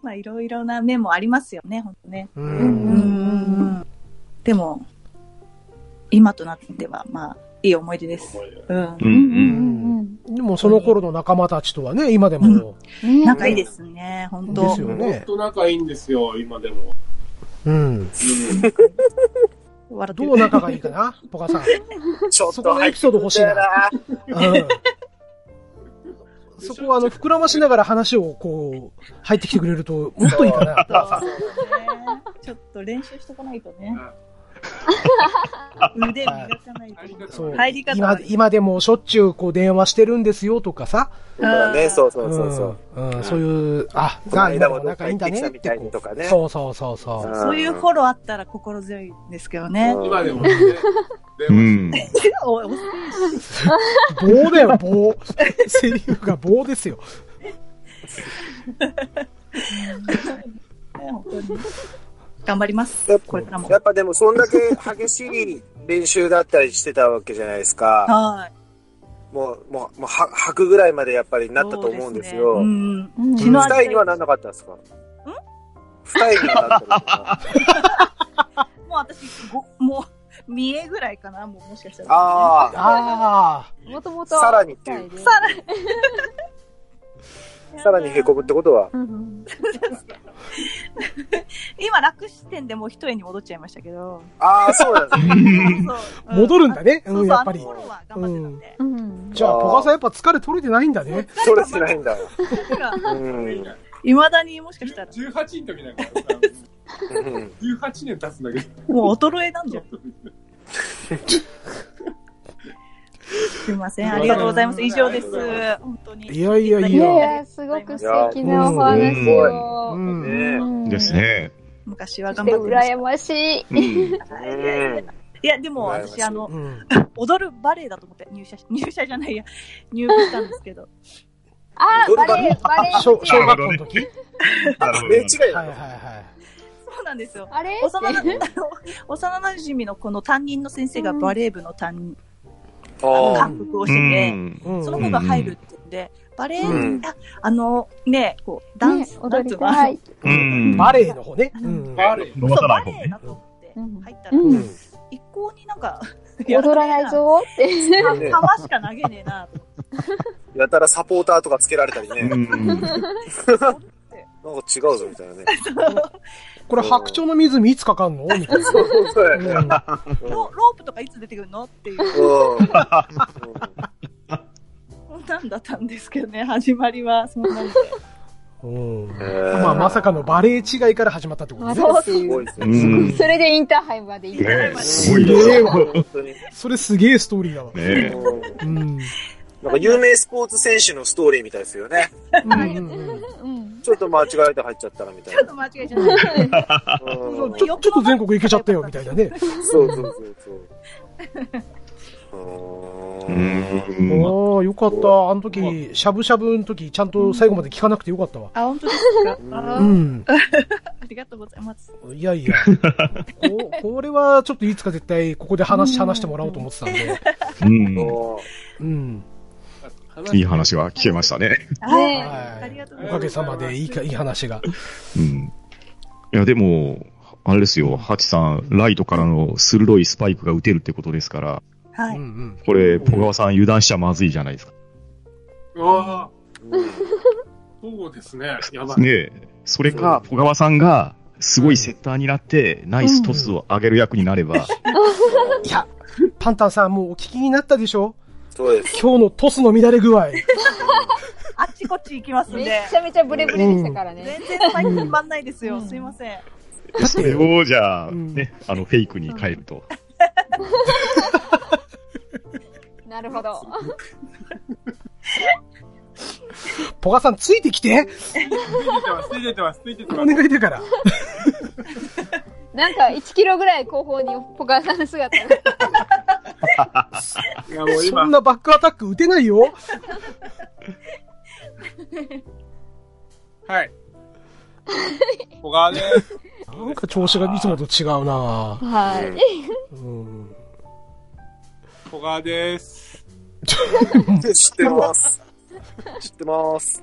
D: まあ、いろいろな面もありますよね、本当ね。
A: う。
D: うんん。でも、今となっては、まあ、いい思い出です。うん。
E: うんう。
C: うんん
A: でもその頃の仲間たちとはね、今でも。
C: うんね
D: 仲いいですね、本
A: で
D: 当
A: すよ
F: と。
A: ね
F: ほんと仲いいんですよ、今でも。
A: うん。
D: 笑って
A: どう仲がいいかな、ポカさ (laughs) ん。
B: ちょっ
A: そことの
B: 入
A: エ
B: っ
A: ピソード欲しい
B: て
A: な
B: た。な。
A: うんそこはあの膨らましながら話をこう入ってきてくれるともっといいかな。
D: ちょっと練習しとかないとね。腕磨かないと。
A: (laughs) そう
D: 入り方
A: 今今でもしょっちゅうこう電話してるんですよとかさ、
B: そうだね、そうそうそうそう。
A: うんうんそういう、あ、
B: この
A: が
B: 間
A: 今
B: もどっ
A: 仲
B: か
A: いい
B: 行
A: ん
B: っ
A: だね
B: てきた
A: っ
B: み
A: て
B: たいに
A: こと
B: かね。
A: そうそうそうそう。
D: そういうフォローあったら心強いんですけどね。
B: うん
F: 今でもね、
E: う
F: 電話
E: ん。
D: おお
A: 棒だよ、棒。 (laughs) セリフが棒ですよ。
D: 本当に頑張ります
B: やっ。
D: これからも
B: や。っぱでもそんだけ激しい練習だったりしてたわけじゃないですか。
D: (laughs) はい。
B: もう、もう、もうは、吐くぐらいまでやっぱりなったと思うんですよ。
D: そうねうん
C: うん
A: 血
B: 二
A: の
B: 重にはなんなかったんですかん二重にはなったのかな
D: もう私、ごもう、見えぐらいかな、もうもしかしたら。
B: ああ、
A: あ
C: もともと。
B: さらにっていう。
D: さらに。
B: さらに凹むってことは、
C: うん
D: 今、楽視点でもう一重に戻っちゃいました
A: (laughs)
D: けど。
B: ああ、そうなんです
D: (laughs)
B: ね。
D: そう
A: 戻るんだねうん
D: そうそう
A: やっぱり
D: あの頃は頑張ってたんで。
C: うん
A: あ。じゃあ、ポカさんやっぱ疲れ取れてないんだね。
B: それしてないんだ。うん。うん
D: いまだにもしかしたら、
F: 18の時だから、18年経つんだけ
D: もう衰えなんじゃん。
F: ど。
D: すいません。ありがとうございます。以上です
F: ありがとうござい。
D: 本当に。
A: いやいやい
C: いやい
A: や。
C: や、すごく素敵なお話
A: う
C: を。
A: ん。
B: ね
C: うん
E: です。ね。
D: 昔は
C: そ
D: 頑
C: して
D: 張ってまし
C: 羨ましい。
E: うん。
D: た。いやいや
B: え。
D: いや、でも
B: 羨ましい
D: 私、あの、
A: うん
D: 踊るバレエだと思って入社し、 (laughs) 入社じゃないや、入部したんですけど。
C: あ、
B: どれ
C: バ
B: だ
C: レー、バレー
A: 小
C: 部
A: 小
C: 長。
A: 学校の時
E: なるほ
B: 目
E: ど
B: 違い
A: はいはい
B: だ。
A: は
D: そうなんですよ。
C: あれ
D: 幼な (laughs) 幼なじみのこの担任の先生がバレー部の担
B: ああ
D: 担任をしてて、
E: ん
A: い。うん
D: その子が入るって言うんで、バレエ、
B: うん
D: ああの、ね、こう、ダンス、
C: ね
D: ダ
C: 踊
D: ンス
C: り
D: は
C: たい。
E: うん。
A: バレエの方ね。うん
F: ある
E: 伸ば
D: そう
E: さな
D: バ
E: い方
D: レエ
E: ね
D: だ。と思って
C: うん
D: 入ったら、
C: うん
D: 一向になんか、
C: 踊らないぞー (laughs) って。
B: ね
D: 球しか投げねえなと
B: やたらサポーターとかつけられたりね。なんか
E: う
B: 違
E: ん。
B: うぞみたいなね。
A: これ、白鳥の湖いつかかんのみたい
B: そうそうやね。
A: な。
D: ロロープとかいつ出てくるのっていう、
B: うん。うん
D: そんなんだったんですけどね、始まりはそん
C: (laughs)
D: なんで。
A: うんうん
B: へー
A: まあ、まさかのバレエ違いから始まったってことね。
C: そう
B: すごいです
E: う
B: ね。
E: ん。ね
C: それでインターハイまで行った。
E: え、すごいよ。
A: すげえわ
E: ね
B: 本当に。
A: それすげえストーリーだわ。
E: え。
B: うん
A: うん。
B: なんか有名スポーツ選手のストーリーみたいですよね。
A: うんうんうん
C: うん。
B: ちょっと間違えて入っちゃったらみたい
D: ちょっと間違えちゃった。
B: な。
A: ち
B: う
A: ょ
B: ん
A: ちょっと全国行けちゃったよ、みたいなね。
B: そうそうそうそう。うーん
E: うん。
A: ああ、よかった。あの時、しゃぶしゃぶの時、ちゃんと最後まで聞かなくてよかったわ。
D: あ、本当ですかあ
A: う
D: ー
A: ん。
D: ありがとうございます。
A: いやいや。ここれはちょっといつか絶対ここで話し、話してもらおうと思ってたんで。
E: うん。
A: うん。
E: いい話が聞けましたね。
D: はい。
A: はい
D: ありがとうご
A: お
D: ざい
A: か
D: ます。
A: げさまでいいか、いい話が。
E: うん。いや、でも、あれですよ、ハチさん、ライトからの鋭いスパイクが打てるってことですから、
D: は
A: う
D: い。
A: んうん。
E: これ、小川さん油断しちゃまずいじゃないですか。
F: ああ、
B: うん
F: そうですね。やばい。
E: ねえ。それか、小川さんが、すごいセッターになって、ナイストスを上げる役になれば、
A: いや、パンタンさんもうお聞きになったでしょ
B: そうです。
A: 今日のトスの乱れ具合。
D: あっちこっち行きますん
C: め
D: で。
C: ちゃめちゃブレブレでしたからね。
D: 全然最近まんないですよ。
C: うん
D: すいません。
E: それを、じゃあ、
A: うん
E: ね、あの、フェイクに変えると。
C: なるほど。
A: ポガさんついてきて
F: ついてってます、ついてって
A: お
F: ます、ついてってます。
A: 願いだから。
C: (laughs) なんか1キロぐらい後方にポカさんの姿が。
F: いや、もう
A: そん
F: 今、
A: なバックアタック打てないよ。
F: はい。小川です。
A: なんか調子がいつもと違うな
C: (laughs) はい。
A: うん。
F: 小川です。
B: 知ってます。知ってます。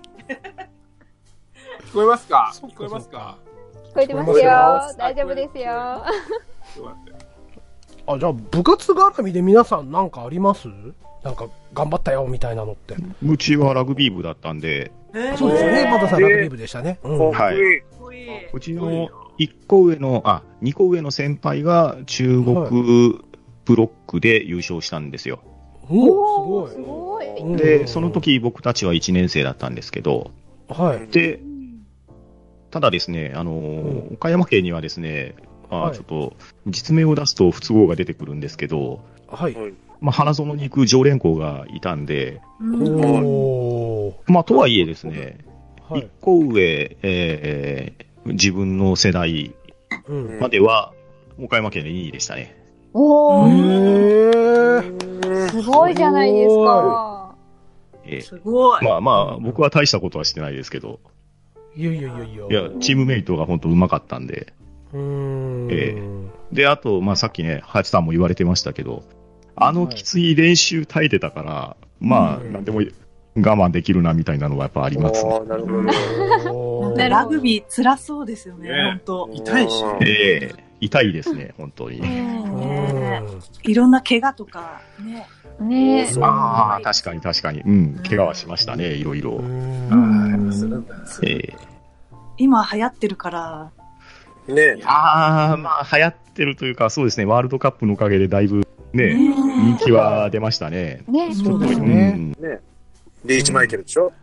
F: 聞こえますか
A: そっ
F: 聞
A: か
F: こえますか
C: (laughs) 聞こえてますよ。大丈夫ですよ。
F: ちょっと待って
A: あ、じゃあ部活絡みで皆さんなんかありますなんか頑張ったよみたいなのって。
E: うちはラグビー部だったんで、
A: そうですよね。まださんラグビー部でしたね。うん。
E: はい
B: い。
D: かっこいいう
E: ちの1個上の、あ、2個上の先輩が中国ブロックで優勝したんですよ。
A: おーす
C: す
A: ご
C: ごい。
A: い。
C: う
A: うん
E: で、その。時僕たちは1年生だったんですけど、
A: はい。
E: で、ただですね、あのー岡山県にはですね、あ
A: は
E: ー
A: い
E: ちょっと実名を出すと不都合が出てくるんですけど、
A: はい。
E: まあ、花園に行く常連校がいたんで、
D: うん
A: おー。
E: まあ、とはいえですね、
A: は
E: 1
A: い。
E: 個上、えー自分の世代
A: うん。
E: までは、岡山県で2位でしたね。
C: お
A: へ
C: ー、
A: ー。
C: すごいじゃないですか。
E: えー
D: すごい。
E: まあまあ、僕は大したことはしてないですけど、
A: いやいやいやいや。
E: いや、チームメイトが本当うまかったんで、
A: うーん。
E: えで、あと、まあさっきね、ハチさんも言われてましたけど、あのきつい練習耐えてたから、まあ、
A: うん
E: なんでも我慢できるなみたいなのはやっぱありますね。
B: ああ、なるほど。
A: お
D: ね
A: ー
D: ラグビー辛そうですよね、
F: ね
D: 本
F: 痛いし。
E: ええ痛いですね、本当に。
D: 当。
A: う
D: ね
A: ん
D: いろんな怪我とか、ね。
C: ねえ。
A: そう
E: ああ、確かに確かに。うん、怪我はしましたね、いろいうろ。
A: ん
E: ええ
D: 今流行ってるから、
B: ねえ。
E: ああ、まあ、流行ってるというか、そうですね、ワールドカップのおかげでだいぶね、人気は出ましたね。
C: ね
A: そうです
E: う
A: ね。
E: ん
B: リーチマイケルでしょ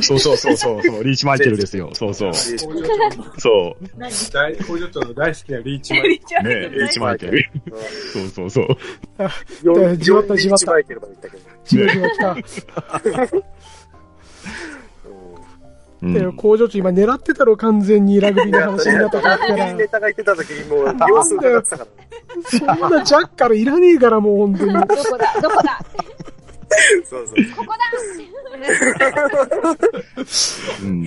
E: そうそうそうそうそう、リーチマイケルですよ。そ
A: (laughs)
E: うそう。
B: リーチ
F: 工場長
E: そう。
D: 何
F: 大工場長の大好きなリーチマ (laughs) イ
D: リチャード
E: ね、リーチマイケル。 (laughs) そうそうそう。
A: うんじわった
B: 4
A: じ
B: リ
A: わ
B: ー
A: っ
B: チ
A: た
B: マイケルまで言ったけど。
A: チームが来た。
E: う
A: で
E: ん、
A: 工場長今狙ってたろ、完全にラグビーの話になったから。
B: ネタが言ってた時にもう、様子伺ってたから。
A: そんなジャッカルいらねえから、もう本当に。
C: どこだどこ (laughs) だ
B: そうそう。
C: ここ
E: うん。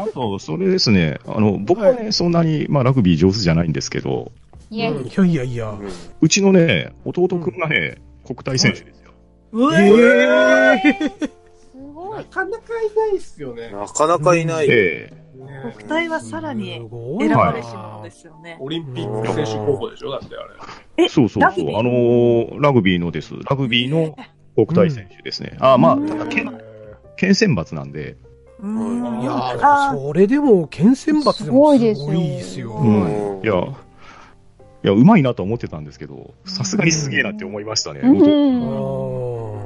E: あと、それですね、あの、僕はね、そんなに、まあ、ラグビー上手じゃないんですけど、
C: だ (laughs) イェイ。
A: いやいやいや。
E: うちのね、弟くんがね、国体選手ですよ。
D: うえ
A: ええ
C: すご。
F: ないかなかいないっすよね。
B: なかなかいない。
E: ええ
F: ね
D: 国体はさら
A: す
D: に
A: ごい
D: 選
A: な
D: ばれし者ですよね。
F: オリンピック選手候補でしょだってあれ。
D: え
E: そうそう
D: ラグ
E: そ
D: ビ
E: う、
D: ー
E: あのーラグビーのです。ラグビーの国体選手ですね。ああ、まあ、ただ県、県選抜なんで、
D: うん
A: いやー
D: あー
A: それでも、県選抜でもすごいですよ。
C: すごい
E: うん
B: うん
E: いや、いや、うまいなとは思ってたんですけど、さすがにすげえなって思いましたね。弟
A: あ
C: ん。
A: ー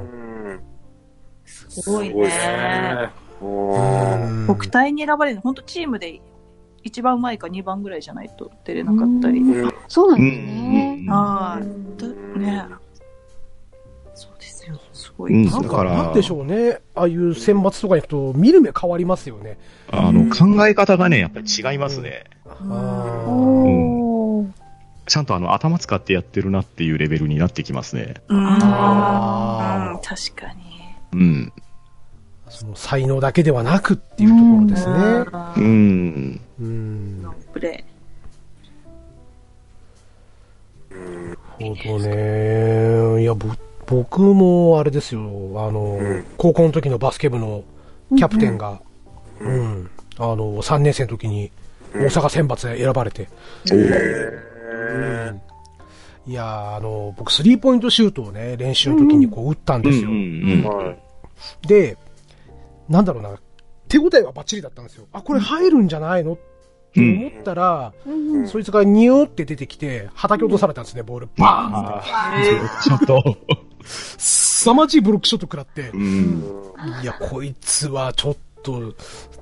D: すごい
B: すごい
D: ね。
B: うん。
A: うん
D: 国体に選ばれるの、本当チームで一番前か二番ぐらいじゃないと出れなかったり。
C: そうな
E: うんん
C: ですね。
D: はい。だねそうですよ。すごい。
E: うん
A: なん
E: だ
A: か、
E: から
A: なんでしょうね。ああいう選抜とかに行くと、見る目変わりますよね。
E: あの、考え方がね、やっぱり違いますね。
A: あ
C: おー。
E: ちゃんとあの頭使ってやってるなっていうレベルになってきますね。
D: うん。
A: あ
D: うん確かに。
E: うん。
A: ーその才能だけではなくっていうところですね。
E: う
D: ね。
E: ん。
A: うん。な
D: ノープレ
A: るほどね。いや、ぼ僕もあれですよ。あの、
B: ん
A: 高校の時のバスケ部のキャプテンが、うん、あの、3年生の時に大阪選抜で選ばれて。うんいやーあの、僕、スリーポイントシュートをね、練習の時にこう打ったん
E: う
A: ですよ。
E: ん。
B: はい。
A: で、なんだろうな、手応えはバッチリだったんですよ。あ、これ入るんじゃないのって思ったら、
C: うん
A: そいつがニューって出てきて、叩き落とされたんですね、ボール。バーンって。
E: ちょっと。
A: 凄まじいブロックショット食らって
E: う、ん。
A: いや、こいつはちょっと、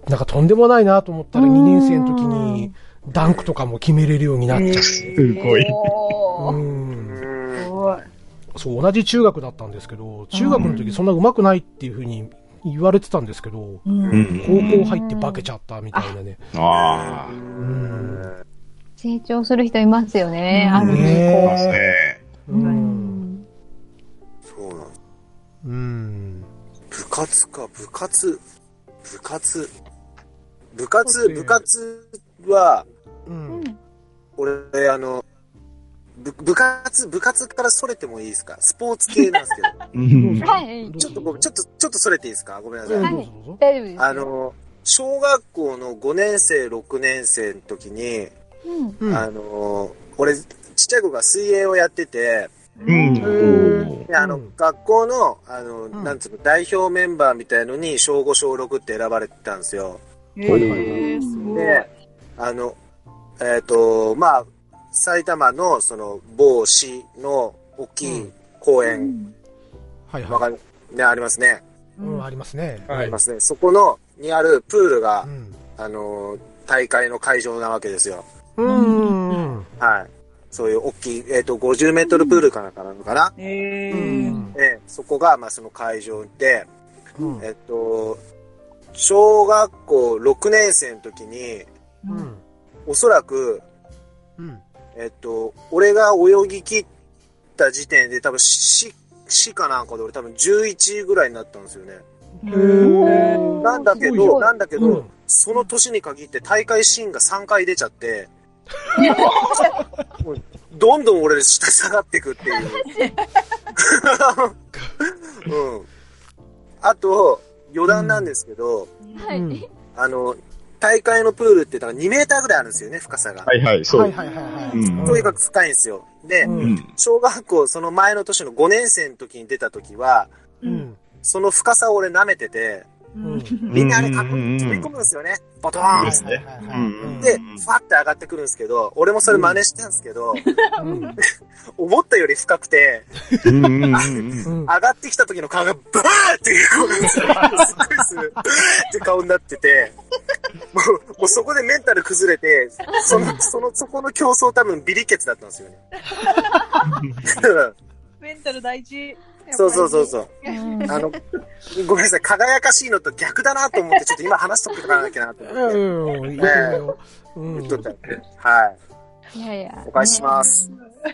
A: なんかとんでもないなと思ったら、
C: う
A: 2
C: ん
A: 年生の時に、ダンクとかも決めれるようになっちゃって。
E: すごい。
C: お
A: う
C: ー。
A: ん
D: イ。すごい。
A: そう、同じ中学だったんですけど、中学の時そんな上手くないっていうふうに言われてたんですけど、
D: うん
E: うん
A: 高
E: う
A: 校
E: ん
A: 入って化けちゃったみたいなね。
E: あ
A: うん。
C: 成長する人いますよね、
D: うん
C: ある
E: あ、い
A: ね
C: ね。
E: ますね。
A: う。
C: うんん
B: そうなん
A: うん。
B: 部活か、部活。部活。部活、部活は、
A: うん。
B: 俺、あの、部部活、部活からそれてもいいですかスポーツ系なんですけ
C: (laughs)
B: ど。
E: うん
C: はい、
B: ちょっとごめん、ちょっと、ちょっとそれていいですかごめんなさい。
A: うん
C: はい
A: どうぞどうぞ。
C: 大丈夫ですよ。
B: あの、小学校の5年生、6年生の時に、
C: うん、
A: うん
B: あの、俺、ちっちゃい子が水泳をやってて、
E: うん。おー
B: であの、
A: うん
B: 学校の、あの、
A: ん
B: なんつうの、代表メンバーみたいのに、小5、小6って選ばれてたんですよ。
D: えー、すごい。
B: で、あの、えっ、と、まあ、埼玉の、その、某市の大きい公園、
A: はい
B: わ
A: は
B: かるね、ありますね。
A: い。うん、ありますね。
B: あ
F: は
B: り
F: い
B: ま。すね。そこの、にあるプールが
A: う、ん。
B: あの、大会の会場なわけですよ。
A: うん。うん。
B: はい。そういう大きい、えっ、と、50メートルプールかなんかなのかな、
D: え
A: う
D: ー、
A: ん。
B: ええそこが、まあ、その会場で、
A: うん
B: えっ、と、小学校6年生の時に、
A: うん。
B: おそらく、
A: うん。
B: えっと、俺が泳ぎ切った時点で多分死、死かなんかで俺多分11位ぐらいになったんですよね。
C: ー
B: なんだけ
A: すご
B: ど、
A: い
B: なんだけど、
A: うん
B: その年に限って大会シーンが3回出ち
A: (laughs)
B: ゃって、もうどんどん俺下下がってくって
A: (laughs)
B: いう。うん。あと、余談なんですけど、
C: はい、
A: うん
B: あの、大会のプールってだから2メーターぐらいあるんですよね、深さが。
E: はいはい、そ。
A: はいうはいはいは
E: う
A: い。
E: ん
B: とにかく深いんですよ。で、
A: う。
E: うんん。
B: 小学校、その前の年の5年生の時に出た時は、
A: うん。
B: その深さを俺舐めてて、
A: うん。
B: みんなあれかっこ
E: うんうんうん
B: 飛び込むんですよね。ボトーン
E: ですね
A: はいはい
E: うん
A: はいはい
B: で、
E: うん
B: ファって上がってくるんですけど、俺もそれ真似したんですけど、
A: うん
B: 思ったより深くて、
E: うんうんう
A: う
E: ん
A: ん
B: 上がってきた時の顔がバーっていう顔にすごいする、バーって顔になってて、もうもうそこでメンタル崩れて、その、その、そこの競争多分ビリケツだったんですよね。
D: メンタル大事。
B: そうそうそうそう。あの、ごめんなさい、輝かしいのと逆だなと思って、ちょっと今話しとかなきゃなと思って
A: うん。いいと思うようん
B: 言っとったんで。はい。
C: いやいや
B: お、返しします。はい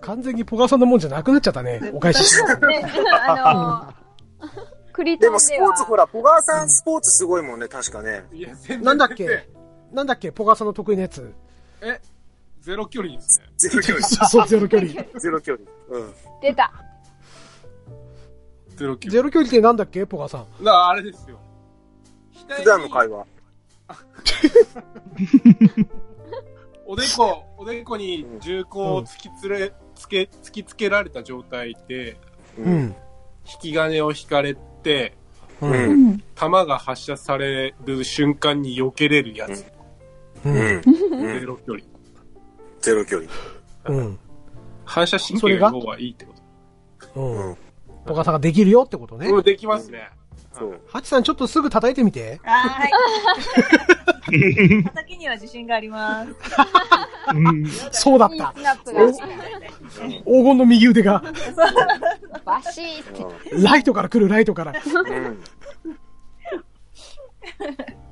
A: 完全にポガさんのもんじゃなくなっちゃったね。お返しします。
C: ね、あの、 (laughs) クリト
B: で
C: ンで
B: も
C: は
B: スポーツほら、小川さんスポーツすごいもんね、確かね。
F: いや、全然
A: なんだっけなんだっけポガさんの得意なやつ。
F: え、ゼロ距離ですね。
B: ゼロ距離。
A: そう、ゼロ距離。
B: ゼロ距離。うん。
C: 出た。
F: ゼロ距離。
A: ゼロ距離ってなんだっけポガさん。
F: だからあれですよ。
B: 普段の会
F: 話。
B: 話。
F: おでこ、おでこに銃口を突きつれ、つけ、突きつけられた状態で、
B: う
A: う。ん。
F: 引き金を引かれて、
A: う。
B: うんん。
F: 弾が発射される瞬間に避けれるやつ。
A: う。
B: うんん。
F: ゼロ距離。
B: ゼロ距離。
A: うん。
F: 反射神
A: そ
F: 経
A: れが
F: の方がいいってこと。
A: うん。ポガさんができるよってことね
F: こ。れできますね。
B: そう。
A: ハチさんちょっとすぐ叩いてみて。
D: あ (laughs) ーはい。 (laughs) 畑には自信があります。
E: うん
A: そうだっ
C: いい
A: た。
C: スナップ
A: お黄金の右腕が、
C: がバシーって。
A: ライトから来るライトから。
B: うん。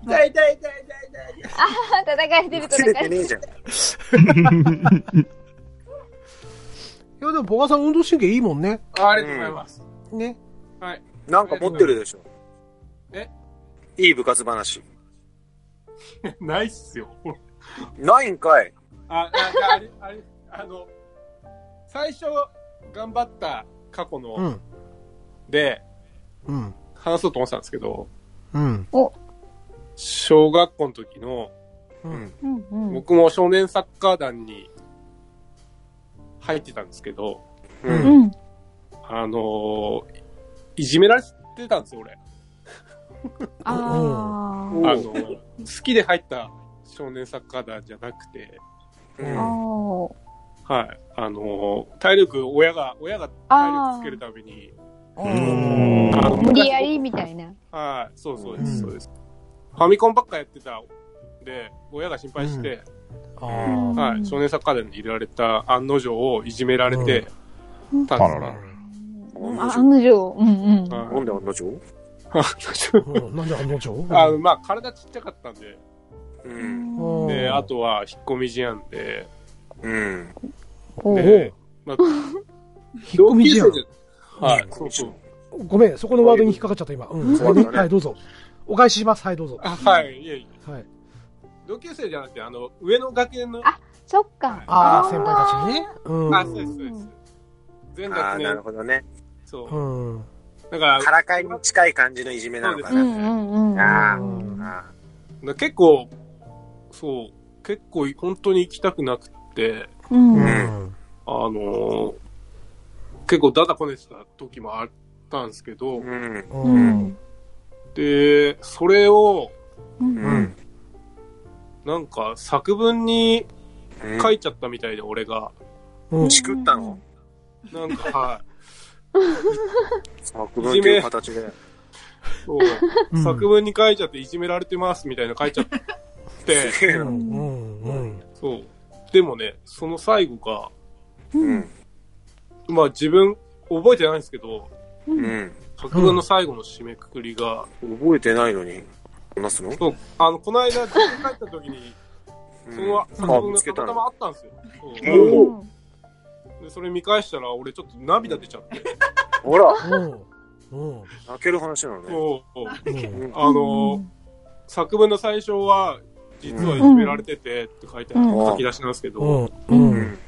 F: 痛い痛い痛い痛い痛い。
C: 戦えてる
B: 切れ
C: 戦
B: て
C: えて
B: ね
C: る。
B: えじゃん。
A: いやでもポガさん運動神経いいもんね。
F: ありがとうございます。
A: ね。
F: はい。 (laughs)
B: なんか持ってるでしょ。
F: え
B: いい部活話。
F: ないっすよ。
B: ないんかい。
F: あ、あ、あれ、 (laughs) あれ、あの、最初、頑張った過去
A: う
F: の
A: ん。
F: で、
A: うん。
F: 話そうと思ってたんですけど、
A: うん。
F: 小学校の時の、
A: うん。
C: うんうん。
F: 僕も少年サッカー団に入ってたんですけど、
B: う
A: うん
B: ん。
C: うん。
F: あのーいじめられてたんですよ、俺。
C: あ
F: あのー好きで入った少年サッカー団じゃなくて、
A: うん
C: あ。ああ。
F: はい。あのー体力、親が、親が体力つけるために、
E: うん
F: あの
C: 無理やりみたいな。
F: はい、そうそうで
A: うん
F: す、そうです。ファミコンばっかやってたんで、親が心配して、
A: あ
C: うん
F: はい、少年サッカー団に入れられた案の定をいじめられて、たんです
E: あら
A: あ
E: ら。
C: うんあ案の定。うんうん。
F: は
B: なんであんな情
F: い
A: うん、なんであの女王
F: あまあ、体ちっちゃかったんで、
B: うん。
A: うん
F: で、あとは引っ込み思案で、
B: うん。
C: おう
F: で、まあ、
A: 引っ込み思案
F: 同級生じゃはい、そうそう。
A: ごめん、そこのワードに引っかかっちゃった、今。うん、
B: そうだね
A: はい、どうぞ。お返しします。はい、どうぞ。
F: あはい、いえいえ。
A: はい。
F: 同級生じゃなくて、あの、上の学年の、
C: あそっか。
A: あ
F: あ
A: あ、先輩たちにね。うん。
F: あそうです、そうです。全
B: ああ、
F: 学
B: なる
F: 年、
B: ほどね。
F: そうう。
A: ん。うん。
F: だから、
B: からかいに近い感じのいじめなのか
C: う
B: な。
C: んうんうんうん。
B: あ
A: うん
B: あ
F: な結構、そう、結構本当に行きたくなくって、
C: うん
B: う
C: うんん
F: あのー結構ダダこねてた時もあったんですけ
B: ー。、
F: ど
B: うん。
A: う
C: うんん。
F: で、それを、
B: うん。
F: なんか作文に
B: う
F: 書いちゃったみたいで、俺が。
A: うん。
B: チクったの
F: なんか、は
B: 作文という形で。
F: い。そう
A: うん
F: 作文に書いちゃって、いじめられてますみたいなの書いちゃって、
B: (laughs) すげえ
A: うん。う
B: な。
A: んうん。
F: そう。でもね、その最後が、
B: うん。
F: まあ自分、覚えてないんですけど、
B: うん。
F: 作文の最後の締めくくりが、
B: 覚えてないのに、話すの
F: そうあの、この間、自分帰った時に、
B: うん
F: その作
B: あ、
F: 文
B: 見
F: が
B: つけ
F: た
B: た
F: ま
B: の
F: たまあったんですよ。
B: お
F: そう
B: う
F: でそれ見返したら、俺ちょっと涙出ちゃって。
B: ほら、
A: うん。うん。
B: 泣ける話なのね。
F: そう
A: うん
F: あのー、作文の最初は、実はいじめられててって書いてある
C: うん
F: 書き出しなんですけど、
A: う。
B: うんん。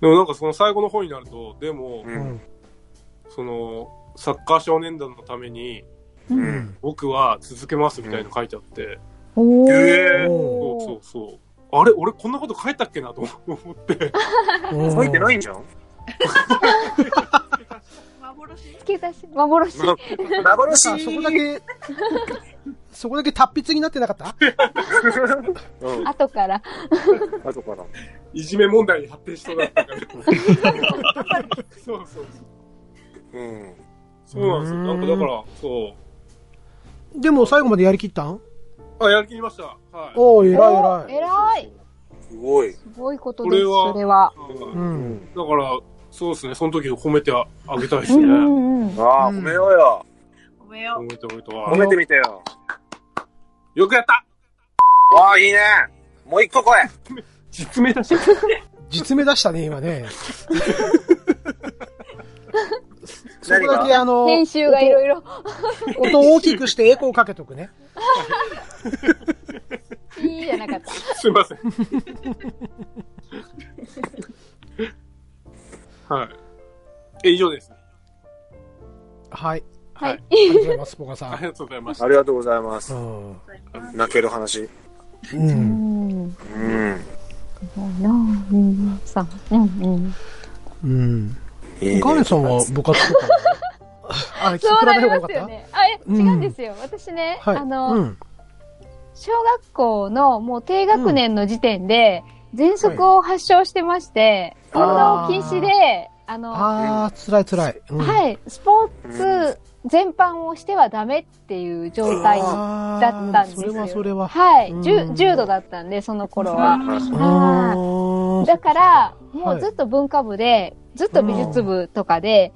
F: でもなんかその最後の方になると、でも、
A: う
B: う。
A: んん。
F: その、サッカー少年団のために、
A: う
B: う。
A: んん。
F: 僕は続けますみたいなの書いてあって、
C: おー
B: え
A: お
F: そうそうそう。あれ俺こんなこと書いたっけなと思って。
A: うん
B: 書いてないんじゃん
D: 幻
C: 付け足し、幻。
B: な
A: なんか
B: 幻
A: そこだけ、そこだけ達筆になってなかった
B: うん。
C: 後から。
B: あとから。
F: いじめ問題に発展しそうだった
C: (laughs)
F: から。そうそうそう。
B: うん。
F: そうなんですよ。なんかだから、そ
A: でも最後までやりきったん
F: う。あ、やりきりました。はい。
A: おお、偉い偉い。
C: えらい。
B: すごい。
C: すごいこと
F: こ
C: です、
F: れは
C: それは。
A: う
F: うん
A: ん。
F: だから、そうですね。その時を褒めてあげたいで
C: う
F: す
C: ん
F: ね。
C: う
F: 褒
C: んうん。
B: ああ、
A: うん
B: 褒めようよ。
D: おめよう。
F: めて褒めて。
B: 褒めてみてよ。
F: よくやった
B: わあ、いいね。もう一個来い。
F: 実名出して (laughs)
A: 実名出したね、今ね。そこ
B: 何
A: だけ
B: が
A: あの、
C: 編集がいろいろ。
A: 音を大きくしてエコーかけとくね。
C: いいじゃなか
F: (laughs)
C: った。
F: すいません。はい。え、以上です。
A: はい。
C: はい。
A: ありがとうございます、ポカさ
F: あり
A: ん。
F: がとうございました。
B: ありがとうございます
A: う。ん。
B: 泣ける話。
A: う。
C: うんん。
B: うん。
C: うん。さうんうん。
A: うん。
B: いいね。
A: ガネさんは部活とかはあ、聞
C: そう
A: くら
C: な
A: れ
C: り
A: ばよか
C: ま
A: っ
C: すよ
A: た
C: ね。あ、え、
A: うん
C: 違うんですよ。私ね、
A: はい。
C: あの
A: う、ん。
C: 小学校のもう低学年の時点で、喘息を発症してまして、運動禁止で、あの、
A: あー、辛い辛い。うん
C: はい、スポーツ全般をしてはダメっていう状態だったんですよ。
A: それはそれは。
C: はい、
A: うん
C: 10 10度だったんで、その頃は。
A: う
C: は
A: ーん
C: だから、もうずっと文化部で、ずっと美術部とかで、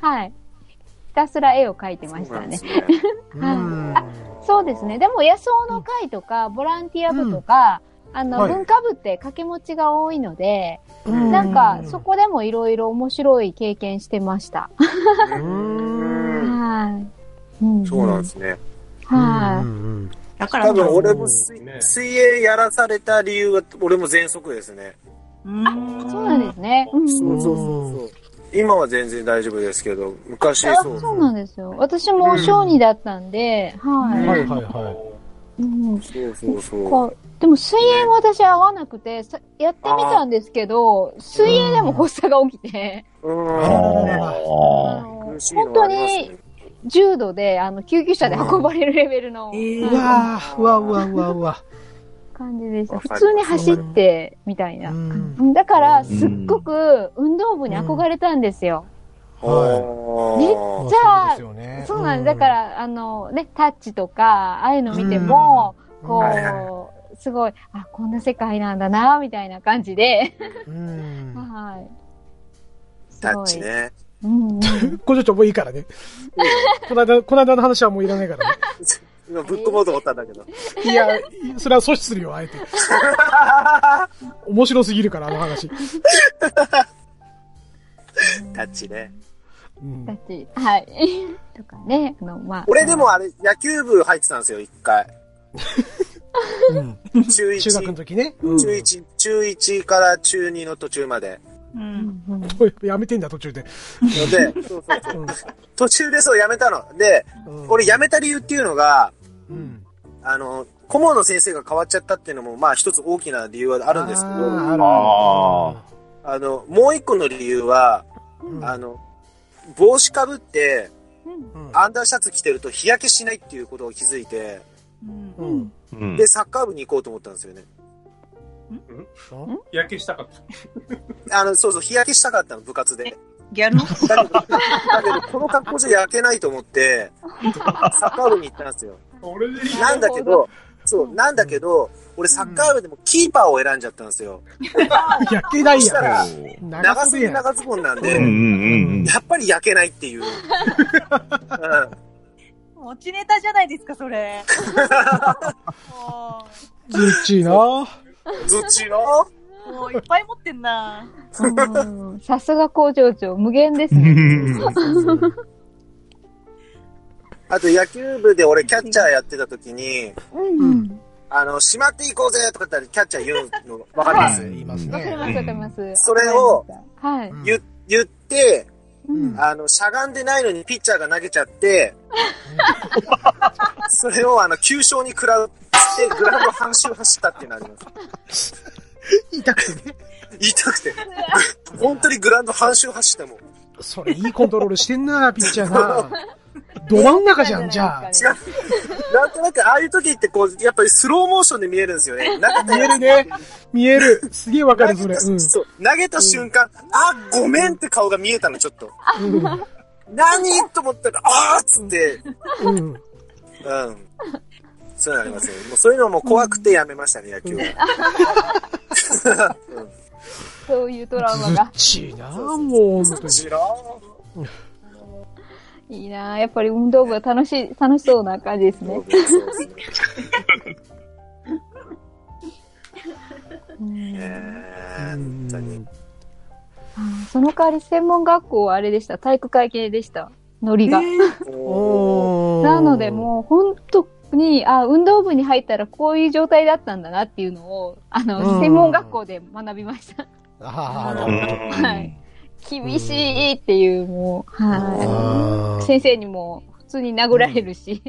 C: はい、ひたすら絵を描いてまし
B: そう
C: た
B: なん
C: ね
B: です。ね。
A: うん
C: そうですね。でも、野草の会とか、ボランティア部とか、あの、
A: はい
C: 文化部って掛け持ちが多いので、
A: うん
C: なんか、そこでもいろいろ面白い経験してました。
A: うーん
C: はい。ん
B: そうなんですね。
C: はい。
A: うん
D: だから
B: 多
D: も
B: 分
D: う、
B: 俺も水
F: ね
B: 水泳やらされた理由は、俺も喘息ですね。
D: うん
C: そうなんですね。うん
B: そうそうそうそう。今は全然大丈夫ですけど、昔
C: あ
B: そう。
C: そうなんですよ。私も小児だったんで、
A: うん
C: は
A: はいはいはい。
C: い。うん
B: そうそうそう。
C: こうでも水泳も私合わなくて、さやってみたんですけど、水泳でも発作が起きて、
B: うん。
A: あらららら
C: あ
E: あ
C: の
B: 苦しい
C: 本
B: の
C: 当
B: はありますね
C: に重度であの救急車で運ばれるレベルの
D: えー
A: うわーうわうわうわうわ。
C: 感じでした。
B: わかり
C: 普
B: ます
C: 通に走ってみたいな
A: う。ん
C: うんだから、すっごく運動部に憧れたんですよ。
B: は
C: じゃ
A: そうで
C: あ
A: すよね
C: そうなんです。だか、ら、あの、ね、タッチとか、ああいうの見ても、
A: うん
C: こ
B: はいは
C: う、すごい、あ、こんな世界なんだな、みたいな感じで、
A: うん
C: はい。
B: い。タッチね。
C: すうんうん。
A: 工場長もういいからね。この間、この間の話はもういらないからね。
B: 今ぶっ込もうと思ったんだけど。
A: いや、それは阻止するよ、あえて。面白すぎるから、あの話。
B: タッチね。
A: うん
C: だっ。ち、はい。 (laughs) とかね、あの、まあ。
B: 俺でもあれ、野球部入ってたんですよ、一回。
A: うん
B: 中
A: 中学の
B: 1、
A: 時ね。
B: 中1、中1から中2の途中まで。
D: うん。
C: うん、
A: うん。やめてんだ、途中で。
B: ので、そうそうそう
A: うん
B: 途中でそう辞めたの。で、
A: うん
B: 俺辞めた理由っていうのが、
A: うん。
B: あの、顧問の先生が変わっちゃったっていうのも、まあ一つ大きな理由はあるんですけど、あ
A: あー
E: あ
B: の、もう一個の理由は、
A: うん
B: あの、帽子かぶって、
A: うん
B: アンダーシャツ着てると日焼けしないっていうことを気づいて、
D: うん
A: うんうん
E: うん
B: で、サッカー部に行こうと思ったんですよね。
F: 日焼けしたかった。
B: あの、そうそう、日焼けしたかったの、部活で。
D: ギャルの
B: だけど、だけどこの格好じゃ焼けないと思って、サッカー部に行ったんですよ。
F: 俺でいい
B: なんだけど、そう、なんだけど、俺サッカー部でもキーパーを選んじゃったんですよ。
A: 焼けない
B: そした
A: や
B: ら
A: ん。
B: 長
A: 長す
B: す
A: ぎ
B: ぎ
A: やん。
B: 長ズボンなん
E: うんう
B: で、
E: んうん
B: やっぱり焼けないっていう。う
D: 持ちネタじゃないですか、それ。
B: (laughs)
D: も
A: ずっちいな。
B: ん、ずっちの
D: う、もういっぱい持ってんな。
C: うんさすが工場長、無限です
E: う
C: ね。
E: んうん。
B: あと野球部で俺キャッチャーやってた時に、
C: うんうん。
B: あの、しまっていこうぜとかってキャッチャー言うのわかります、
E: はい
A: 言います
C: わかり
A: ね。
C: ます、わかります。
B: それを
C: はい。
B: 言言って、
A: うん
B: あの、しゃがんでないのにピッチャーが投げち
A: (laughs)
B: ゃって、それをあの、急所に食らうって、グラウンド半周走ったっていうのあります。
A: 痛くてね。
B: 言いたくて。本当にグラウンド半周走っても。
A: それいいコントロールしてん (laughs) な、ピッチャーな。ど真ん中じゃん、じゃあ。
C: 違う。
B: なんとなく、ああいう時ってこう、やっぱりスローモーションで見えるんですよね。投げた
A: 見えるね。見える。すげえわかる、そ (laughs) れ。うん。
B: そう、投げた瞬間、あ、ごめんって顔が見えたの、ちょっと。何と思ったら、あーっつって、
A: うん。うん。
B: うん。そうなりますよ。もうそういうのも怖くてやめましたね、野球は。
C: そういうトラウマ
A: ずっ
C: が。
A: ちいな、もう、本当に。
B: 知らん。
C: いいなぁやっぱり運動部は楽しい、楽しそうな感じですね。
B: そうですね
C: うん
B: えー本当に。
C: その代わり専門学校はあれでした。体育会系でした。ノリが。
B: おー
A: おー
C: なので、もう本当に、あ、運動部に入ったらこういう状態だったんだなっていうのを、あ
A: うん
C: の、専門学校で学びました。
A: ああ、な
E: う
A: るほど。
E: ん
C: 厳しいっていう、もう、
A: あ
C: はい。
A: ー
C: 先生にも普通に殴られるし。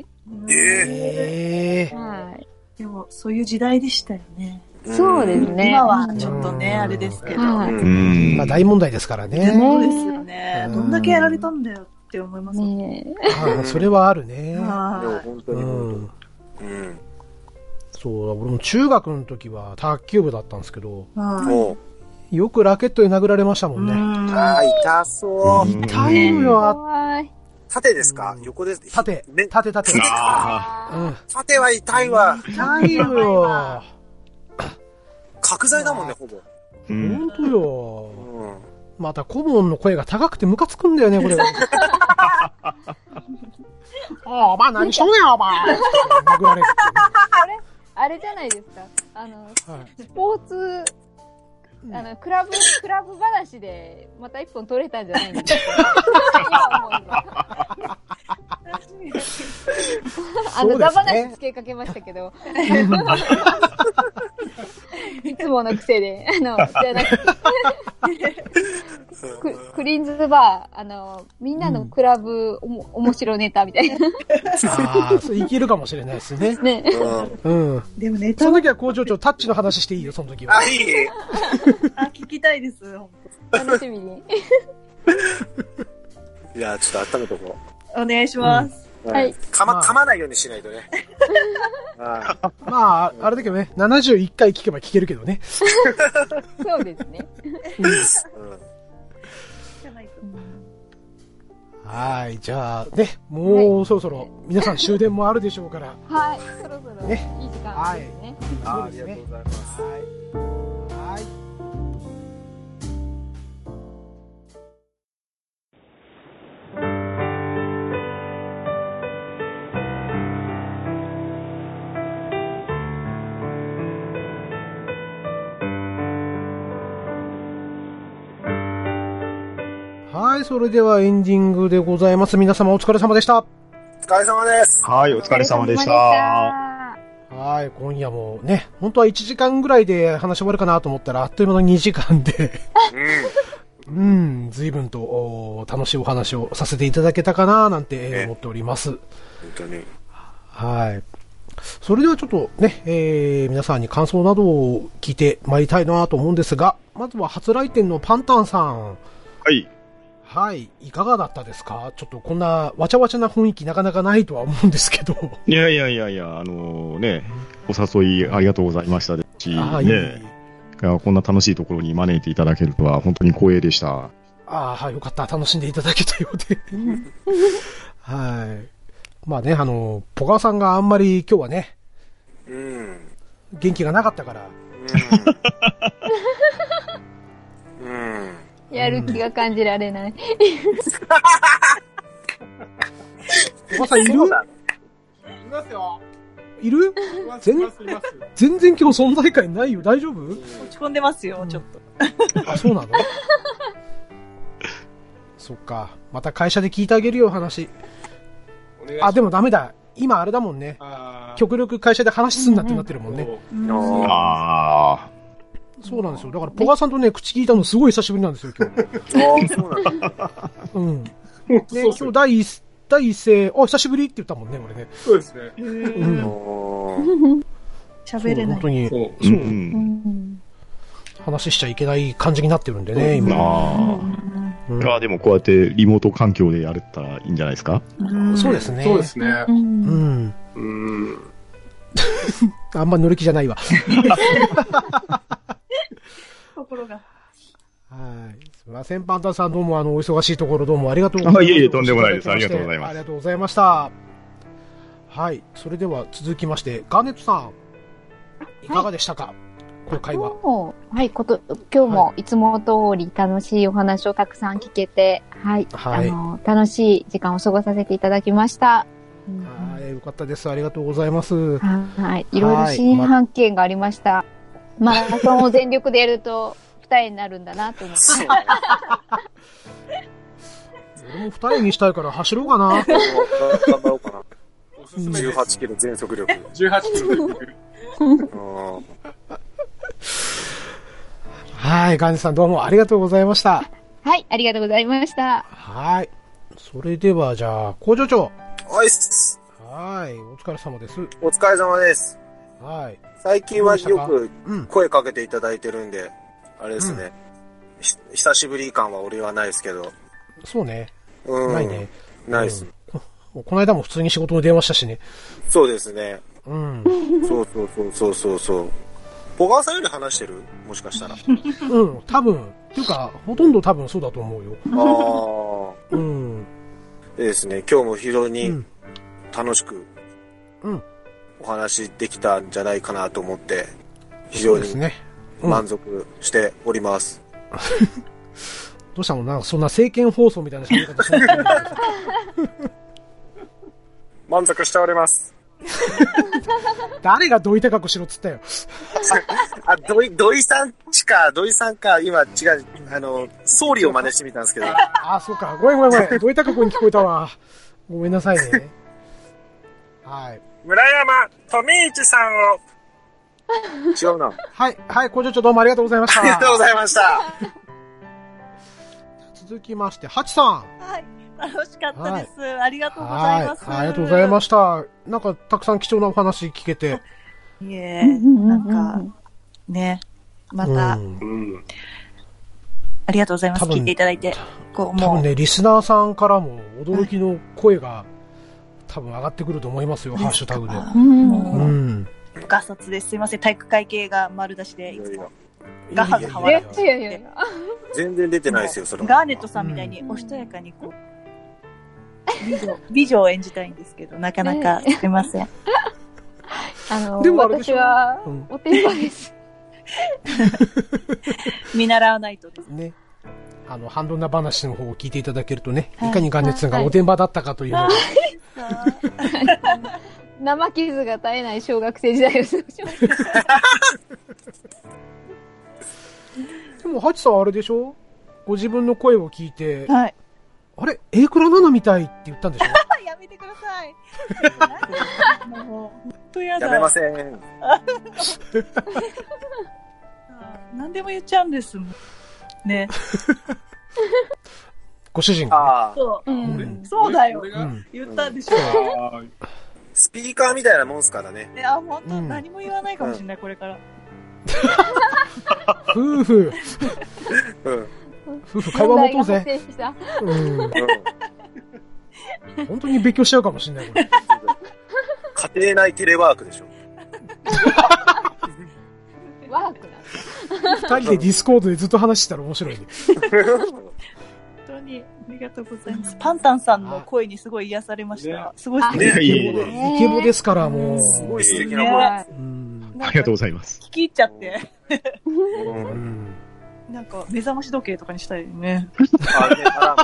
B: え
A: ええ。
C: はい。
D: でも、そういう時代でしたよね。
B: ー
C: そうですね。
D: 今はちょっとね、
A: うん
D: あれですけど。
C: は
E: う
B: うん
E: ん
A: まあ大問題ですからね。
D: そうですよね
A: う。ん
D: どんだけやられたんだよって思いますね。
C: ねえ
A: ああそれはあるね。
B: でも
D: は
B: 本当
A: う
B: に本
A: ん。
B: 当に。うん。
A: そうだ、俺も中学の時は卓球部だったんですけど、
D: い。は
B: も
A: よくラケットで殴られましたも
D: い。
A: んね。
B: う、
D: ん
B: あー痛そう。
A: 痛いのよ、
C: 怖い。
B: 縦ですか横です。
A: 縦
B: ね、
A: 縦、縦。
E: あ
A: うん。
B: 縦は痛いわ。
A: 痛いのよ。
B: 角材だもんね、ほぼ。
E: ーう
A: ほ
E: ん
A: んとよ。
B: うん。
A: また顧問の声が高くてムカつくんだよね、これ。おお前何しとんねん、お前。殴られる
C: あれじゃないですか。あの、
A: っていうね。はい
C: スポーツ、あの、クラブ、クラブ話で、また一本取れたんじゃないの (laughs) 今思えば。あ
A: そ
C: の、
A: うで
C: ダ
A: す
C: バ
A: ね
C: ナつけかけましたけど。 (laughs) いつもの癖で、あの、じゃなくて、ククリーンズバー、あの、みんなのクラブ、おも、面白ネタみたいな。
A: ああ、それいけるかもしれないですね。
B: (laughs)
C: ね。
B: うん。
A: うん。
D: でもネ
A: そ
D: タ
A: の
D: は
A: 時は工場長、タッチの話していいよ、その時は
B: あ、。いい
D: 聞きたいです。本
C: 楽しみに。
B: いや、ちょっと温めとこ
D: 当お願いします。
B: う。
C: はい
B: か
A: ま
B: ま、
A: あ
B: 噛まないようにしないとね。は
A: まあ、あれだけどね、71回聞けば聞けるけどね。
C: そうですね。
B: い。うん
D: じゃないと
A: はい、じゃあね、もうそろそろ皆さん終電もあるでしょうから。
C: はい。そろそろ、
A: ね
C: いい時間ですね。
B: ありがとうございます。
A: はい。はい。はい、それではエンディングでございます。皆様お疲れ様でした。
B: お疲れ様です。
E: はい、お疲れ様でした。
A: はい、今夜もね、本当は1時間ぐらいで話終わるかなと思ったら、あっという間の2時間で、
B: う
A: うん、随分とお楽しいお話をさせていただけたかななんてえー
B: ね
A: 思っております。
B: ん。本当に。
A: はい。それではちょっとね、えー皆さんに感想などを聞いてまいりたいなと思うんですが、まずは初来店のパンタンさん。
E: はい。
A: はい、いかがだったですかちょっとこんなわちゃわちゃな雰囲気なかなかないとは思うんですけど。
E: いやいやいやいや、あのね、お誘いありがとうございましたですし、
A: ああ、いい。
E: ね、いやこんな楽しいところに招いていただけるとは本当に光栄でした。
A: ああ、よかった。楽しんでいただけたようで。はい。まあね、あの、ポカさんがあんまり今日はね、
B: うん。うん。
A: 元気がなかったから、
B: うん。
C: やる気が感じられない。
A: ポカさんいる
B: そうだ
F: いますよ。
A: いる
F: います、い
A: 全
F: ます、います。
A: 全然今日存在感ないよ。大丈夫
D: 落ち込んでますよ、ちょっと。
A: あ、そうなのそっか。また会社で聞いてあげるよ、話。
F: お願いしま
A: あ、
F: す。
A: でもダメだ。今あれだもんね。
F: あー、
A: 極力会社で話すんなってなってるもんね。
D: うん
B: おー
E: ああ、
A: そうなんですよ。だから、ポカさんとね、口聞いたのすごい久しぶりなんですよ、今日。
B: ああ、そうなんだ。
A: うん。ね、
F: そう
A: 今
F: そう
A: 日第一、第一声、あ、久しぶりって言ったもんね、俺ね。
F: そうですね。
A: うん。そう
B: お
D: 喋れ
A: 本
D: ない。
A: 当に
F: そう。
E: うん、う。
C: うんん
A: 話しちゃいけない感じになってるんでね、今。
E: あ
A: うん
E: あ。いや、でもこうやってリモート環境でやれたらいいんじゃないですか
A: そうですね。
F: そうで。すね
C: う。
A: うんん。
F: うん。
A: あんま乗り気じゃないわ。
D: 心が。
A: はい。すみません、パンタさんどうもあの、お忙しいところどうもありがとうございます。
E: あいえいえとんでもないですありがとうございます
A: ありがとうございました。はい。それでは続きまして、ガーネットさん、いかがでしたか、この会話。
C: もうはい、こと、今日もいつも通り楽しいお話をたくさん聞けて、はい、
A: はい
C: あの、楽しい時間を過ごさせていただきました。うん
A: はい。よかったです。ありがとうございます。
C: はい、いろいろ新
A: ま
C: 発見がありました。マラソンを全力でやる (laughs) と、二重になるんだなと思って。
B: そうなんだ。
A: 俺も二人にしたいから走ろうかな。
B: 頑張ろうかな。
F: おすすめです。
B: 18キロ全速力。
F: 18キ (laughs)
B: う
F: ロ。
B: ん
A: はい、ガンジさんどうもありがとうございました。
C: はい、ありがとうございました。
A: はい。それでは、じゃあ、工場長。
B: おいっす。
A: はい、お疲れ様です。
B: お疲れ様です。
A: はい。
B: 最近はよく
A: うん。
B: 声かけていただいてるんで、あれですね。ひ久しぶり感は俺はないですけど。
A: そうね。
B: うん。
A: ないね。
B: ないっす。
A: もうこの間も普通に仕事に電話したしね。
B: そうですね。
A: うん。
B: そうそうそうそうそうそう。小川さんより話してるもしか
A: (laughs)
B: したら。あ
A: うん、多分。っていうか、ほとんど多分そうだと思うよ。
B: あ。
A: うん。
B: でですね、今日も非常
A: う
B: に
A: ん。
B: 楽しく
A: うん。
B: お話できたんじゃないかなと思って、非
A: そう
B: 常
A: です
B: に
A: ね。うん
B: 満足しております。
A: どうしたのなんかそんな政見放送みたいな喋り方しないで
B: 満足しております。
A: (laughs) 誰がどいたかくしろっつったよ。
B: あ、土井、土井さんちか、土井さんか、今違う、あの、総理を真似してみたんですけど。
A: あ、そうか。ごめんごめんごめん。どいたかくに聞こえたわ。ごめんなさいね。はい。
B: (laughs) 村山富一さんを。
A: (laughs)
B: 違うな。
A: はい、はい、工場長どうもありがとうございまし
B: ありがとうご
A: た。
B: ざいま
A: (laughs)
B: した。
A: 続きまして、ハチさん。
D: はい。楽しかったです。ありがとうございます。
A: はい、ありがとうございま
D: し
A: した。なんか、たくさん貴重なお話聞けて。
D: た。いえ、なんか、ね、また、
A: うん
F: うん。
D: ありがとうございます。
A: 多分
D: 聞いていただいて。こう、
A: 多
D: も
A: 分
D: う、
A: ね、リスナーさんからも驚きの声が、多分上がってくると思いますよ、ハッシュタグで。
D: あ
C: う
A: う
C: ん
D: も
A: ん。
D: う、部活殺です。すいません。体育会系が丸出しで、いつも。ガハガハ
C: いや
D: 笑
C: いやいやいや。
B: 全然出てないですよ、それは
D: ガーネットさんみたいに、おしとやかに、こう、美女、美女を演じたいんですけど、なかなか、すいま
C: (laughs)
D: せん。
C: あの、
A: でもあれでし
C: 私
A: ょ
C: は
A: うん、
C: お手伝いです。
D: 見習わないとです。
A: ね。あの、ハンドナ話の方を聞いていただけるとね、
D: はい
A: いかにガンネツさんがおてんばだったかというのが、
C: 生傷が絶えない小学生時代を過ごしました。
A: でも、ハチさんあれでしょご自分の声を聞いて、
D: はい。
A: あれ ?A クラ7みたいって言ったんでしょ
D: やめてくださ
C: (laughs)
D: い。もう、本当やだ。
B: やめません。
D: 何でも言っちゃうんですもん。ね。
A: ご主人が
B: ああ、
D: そう。
C: うん
A: 俺
D: そうだよ
F: 俺。
A: ね。う
F: が
A: ん。
D: 言ったでしょ。
F: あー
B: スピーカーみたいなもんすからね。
D: ね、あ、本当、
A: うん
D: 何も言わないかもしれない、これから。
A: 夫婦、
B: うん。うん。
A: 夫婦会話持とう
C: 問題が
A: ぜ。
C: 発生した。
A: うん。 (laughs) 本当に勉強しちゃうかもしれない、これ。
B: 家庭内テレワークでしょ。
C: ワークなんだ。
A: 二人でディスコードでずっと話してたら面白いね。 (laughs)
D: 本当に、ありがとうございます。パンタンさんの声にすごい癒されまし
F: ね
D: た。すごい素敵
E: ね
D: です。
E: いい
A: イケボ
E: ね
A: でイケボですから、もう。
B: すごい素敵な声。
D: ね
C: ね
A: うん。
E: ありがとうご
D: う。
E: ざいます。
D: 聞き入っちゃって。
B: う
A: うんん。
D: なんか、目覚まし時計とかにしたいよね。
B: あれねあ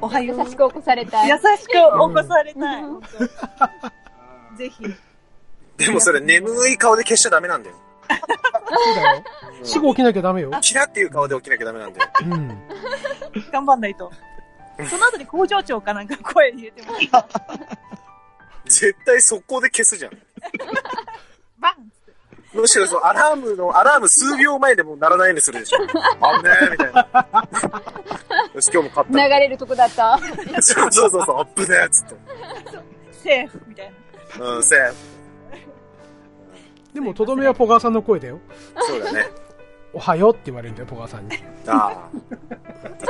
D: おはよう。
C: 優
D: 優
C: し
D: し
C: く起こされたい。
D: く起こされたい。
C: うん
D: 本当ぜひ。
B: らでもそれ眠い顔で消しちゃダメなんだよ。
A: そうだよ。死後起きなきゃダメよ。
B: キラっていう顔で起きなきゃダメなんだよ。
A: うん。
D: 頑張んないと。その後に工場長かなんか声に入れてもらって
B: 絶対速攻で消すじゃん。
D: バン
B: むしろそのアラームの、アラーム数秒前でもう鳴らないようにするでしょ。あんねーみたいな。よし、今日も買
C: 流れるとこだった。
B: った。そうそうそうそう、アップねーっつって。
D: セーフみたいな。
B: うん、せー
A: でも、とどめはポガーさんの声だよ。
B: そうだね。
A: おはようって言われるんだよ、ポガーさんに。
B: ああ。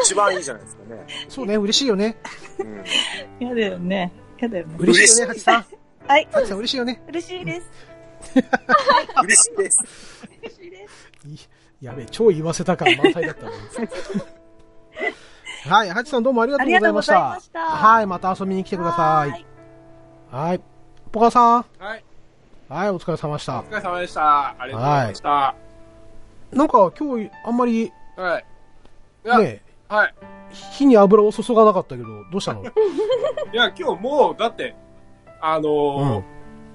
B: 一番いいじゃないですかね。
A: そうね、嬉しいよね。
B: うん。
D: やだよね。やだよね。
A: 嬉しいよね、ハチさん。
D: はい。
A: ハチさん嬉しいよね。
D: 嬉しいです。
B: 嬉しいです。
D: 嬉しいです。
A: いやべえ、超言わせた感満載だ (laughs) ったなはい、ハチさんどうもありがとうございました。
D: ありがとうございました
A: はい、また遊びに来てください。
D: はー
A: はいポカさん。
F: はい。
A: はい、お疲れ様でした
F: お。疲れ様でした。ありがとうございました。は
A: なんか今日、あんまり、
F: い。いや、
A: ね、
F: はい。
A: 火に油を注がなかったけど、どうしたの
F: いや、今日もう、だって、あのー
A: うん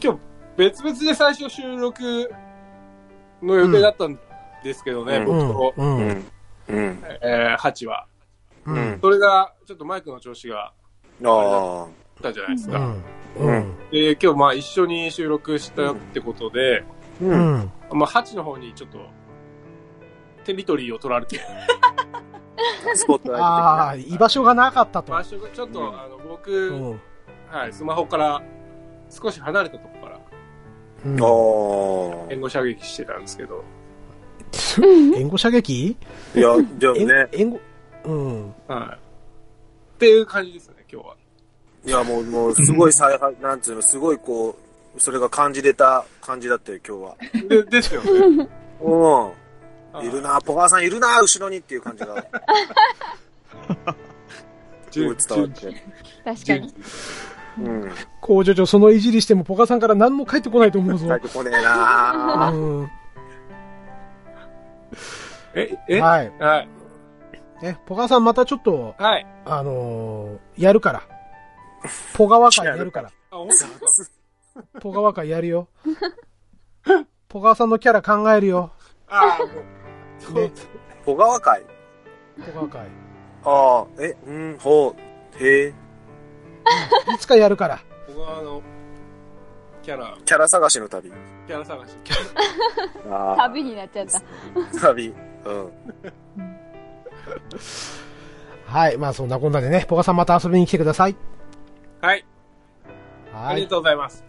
F: 今日別々で最初収録の予定だったんですけどね、
B: (laughs) うん
A: うん
F: 僕と、。
A: うん。
B: うん。
F: えー、ハチは。
A: う。
B: うんん。
F: それが、ちょっとマイクの調子が
B: ああ。
F: あったじゃないです
A: う
F: か。
A: ん。
B: う
A: うん
B: ん。
F: で、今日まあ一緒に収録したってことで、
B: う。
A: うんん。
F: まあハチの方にちょっと、テリトリーを取られて、
B: スポット
A: ああ、
B: ライト的
A: 居場所がなかったと
F: 場。所がちょっと、
B: うん
F: あの、
A: う
F: 僕、
A: ん。
F: はい、スマホから少し離れたとこから
A: うん
B: な。あ
F: 援護射撃してたんですけど、
A: 援護射撃
B: あ。いや、でもね、
A: 援護、うん。
F: はい。っていう感じですね、今日は。
B: いやもう、もう、すごい再発、なんつうの、すごいこう、それが感じれた感じだったよ、今
F: で、ですよね。
B: 日は。う
F: は
B: ん。いるな、ポガーさんいるな、後ろにっていう感じが、 (laughs) すごい
F: 順
B: 伝わって。
C: 確か
F: 順
C: に。
B: うん。
A: 工場長、そのいじりしても、ポカさんから何も返ってこないと思うぞ
B: 帰っ。てこねえな
A: うん。
F: え、え、は
A: はい。
F: い、はい、
A: え、ポカさんまたちょっと、
F: はい。
A: あのーやる
B: (laughs)
A: から。ポガワ会やるから。
F: あ、本当ですか
A: ポガワ会やるよ。ポガさんのキャラ考えるよ。
F: あーもう、そう
A: ね、
B: ポガワ会
A: ポガワ会。
B: ああ、え、うん、ほう、へえ、
A: いつかやるから。
F: 僕はあの、キャラ、
B: キャラ探しの旅。
F: キャラ探し。
B: ああ
C: 旅になっちゃった。
B: 旅。うん。
A: はい。まあそんなこんなでね、ポガさんまた遊びに来てください。
F: はい、あ
A: は
F: りが
A: い。
F: とうございます。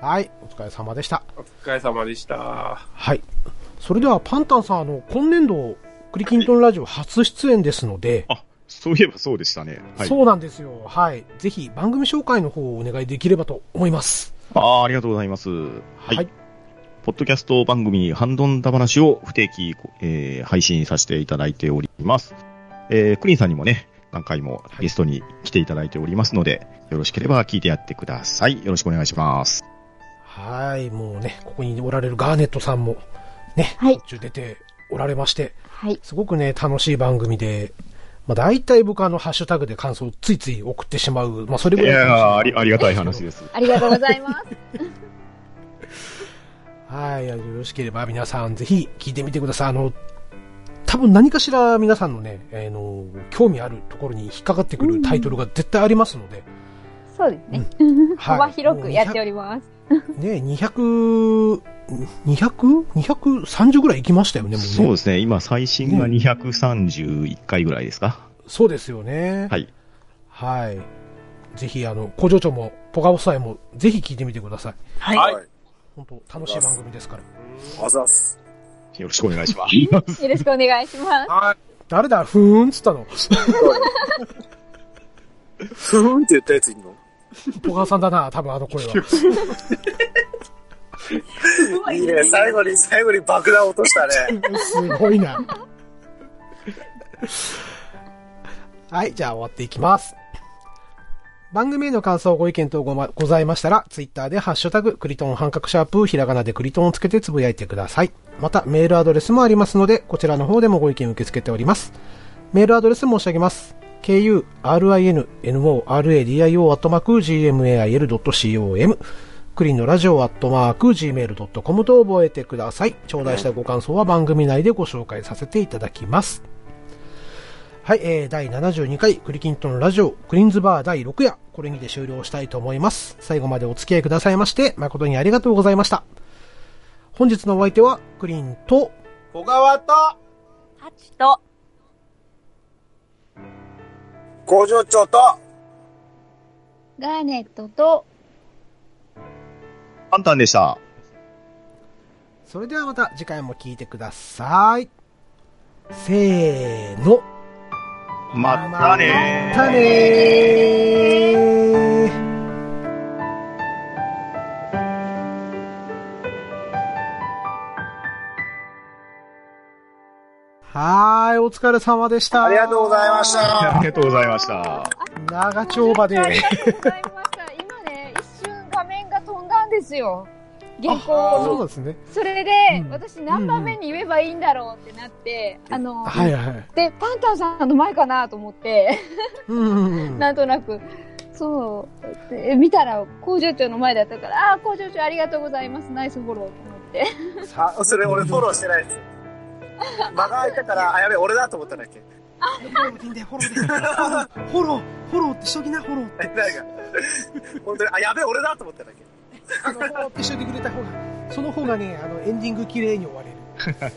A: はい。お疲れ様でした。
F: お疲れ様でした。
A: はい。それでは、パンタンさん、あの、今年度、クリキントンラジオ初出演ですので、
E: そういえばそうでしたね。はい。
A: そうなんですよ。はい。ぜひ、番組紹介の方をお願いできればと思います。
E: あーありがとうございます。はい。
A: はい
E: ポッドキャスト番組、ハンドンダ話を不定期、えー配信させていただいております。えークリンさんにもね、何回もゲストに来ていただいておりますので、よろしければ聞いてやってください。よろしくお願いします。
A: はい。もうね、ここにおられるガーネットさんも、ね、
C: はい
A: 途中出ておられまして、
C: はい。
A: すごくね、楽しい番組で、まあ、大体僕あの、ハッシュタグで感想をついつい送ってしまう。まあ、それ
E: い
A: ぐらいの楽し
E: や
A: み
E: あり、ありがたい話です。
C: ありがとうございます。
A: はい。よろしければ皆さん、ぜひ聞いてみてください。あの、多分何かしら皆さんのね、えーの、興味あるところに引っかかってくるタイトルが絶対ありますので、
C: そうですね。
A: はい
C: 幅広くやっております。
A: ね、200、200、230ぐらい行きましたよね、もうね。
E: そうですね。今、最新が231回ぐらいですか。
A: そうですよね。
E: はい。
A: はい。ぜひ、あの、工場長も、ポカオさえも、ぜひ聞いてみてください。
D: はい。
F: は
D: はいい。
A: 本当楽しい番組ですから。
B: あざっす。
E: よろしくお願いします。
C: よろしくお願いします。
F: (laughs) はい。
A: 誰だふーんっつったの。
B: ふーんって言ったやついんの
A: ポカオさんだな、多分あの声は。
B: いいね。最後に、最後に爆弾落とした (laughs) ね。
A: すごいな。はい、じゃあ終わっていきます。番組への感想、ご意見等ご,、ま、ございましたら、ツイッターでハッシュタグ、クリトン半角シャープ、ひらがなでクリトンをつけてつぶやいてください。また、メールアドレスもありますので、こちらの方でもご意見受け付けております。メールアドレス申し上げます。ku, rin, no, radio, アットマーク gmail.com クリーンのラジオアットマーク gmail.com と覚えてください。頂戴したご感想は番組内でご紹介させていただきます。はい、えー、第72回クリキントンラジオクリーンズバー第6夜、これにて終了したいと思います。最後までお付き合いくださいまして、誠にありがとうございました。本日のお相手は、クリーンと、
F: 小川と、
C: ハチと、
B: 工場長と、
C: ガーネットと、
E: パンタンでした。
A: それではまた次回も聞いてください。せーの。
E: またねー
A: またねー。はーい、お疲れ様でした。
B: ありがとうございました。
E: ありがとうございました。
A: 長丁場で。
C: ありがとうございました。今ね、一瞬画面が飛んだんですよ。原
A: あそう
C: 稿
A: な
C: を。
A: んですね。
C: それで、
A: うん
C: 私何番目に言えばいいんだろうってなって、あの、
A: はいはい。
C: で、パンタンさんの前かなと思って、
A: うん。
C: なんとなく。そう。で見たら工場長の前だったから、ああ、工場長ありがとうございます。ナイスフォローと思って。
B: あ、それ俺フォローしてないです。間が空いたから、あ、やべ、俺だと思ったんだっけ。 (laughs)
A: フォローでいいんだよ、フォローで。フォロー、フォローってしときな、フォローって。
B: 誰が。本当に、あ、やべ、俺だと思ったんだっけ。
A: あのフォローってしといてくれた方が、その方がね、あの、エンディング綺麗に終われる。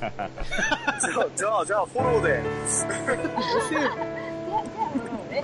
B: じゃあ、じゃあ、じゃあ、フォローで。
C: じゃあじゃあもうね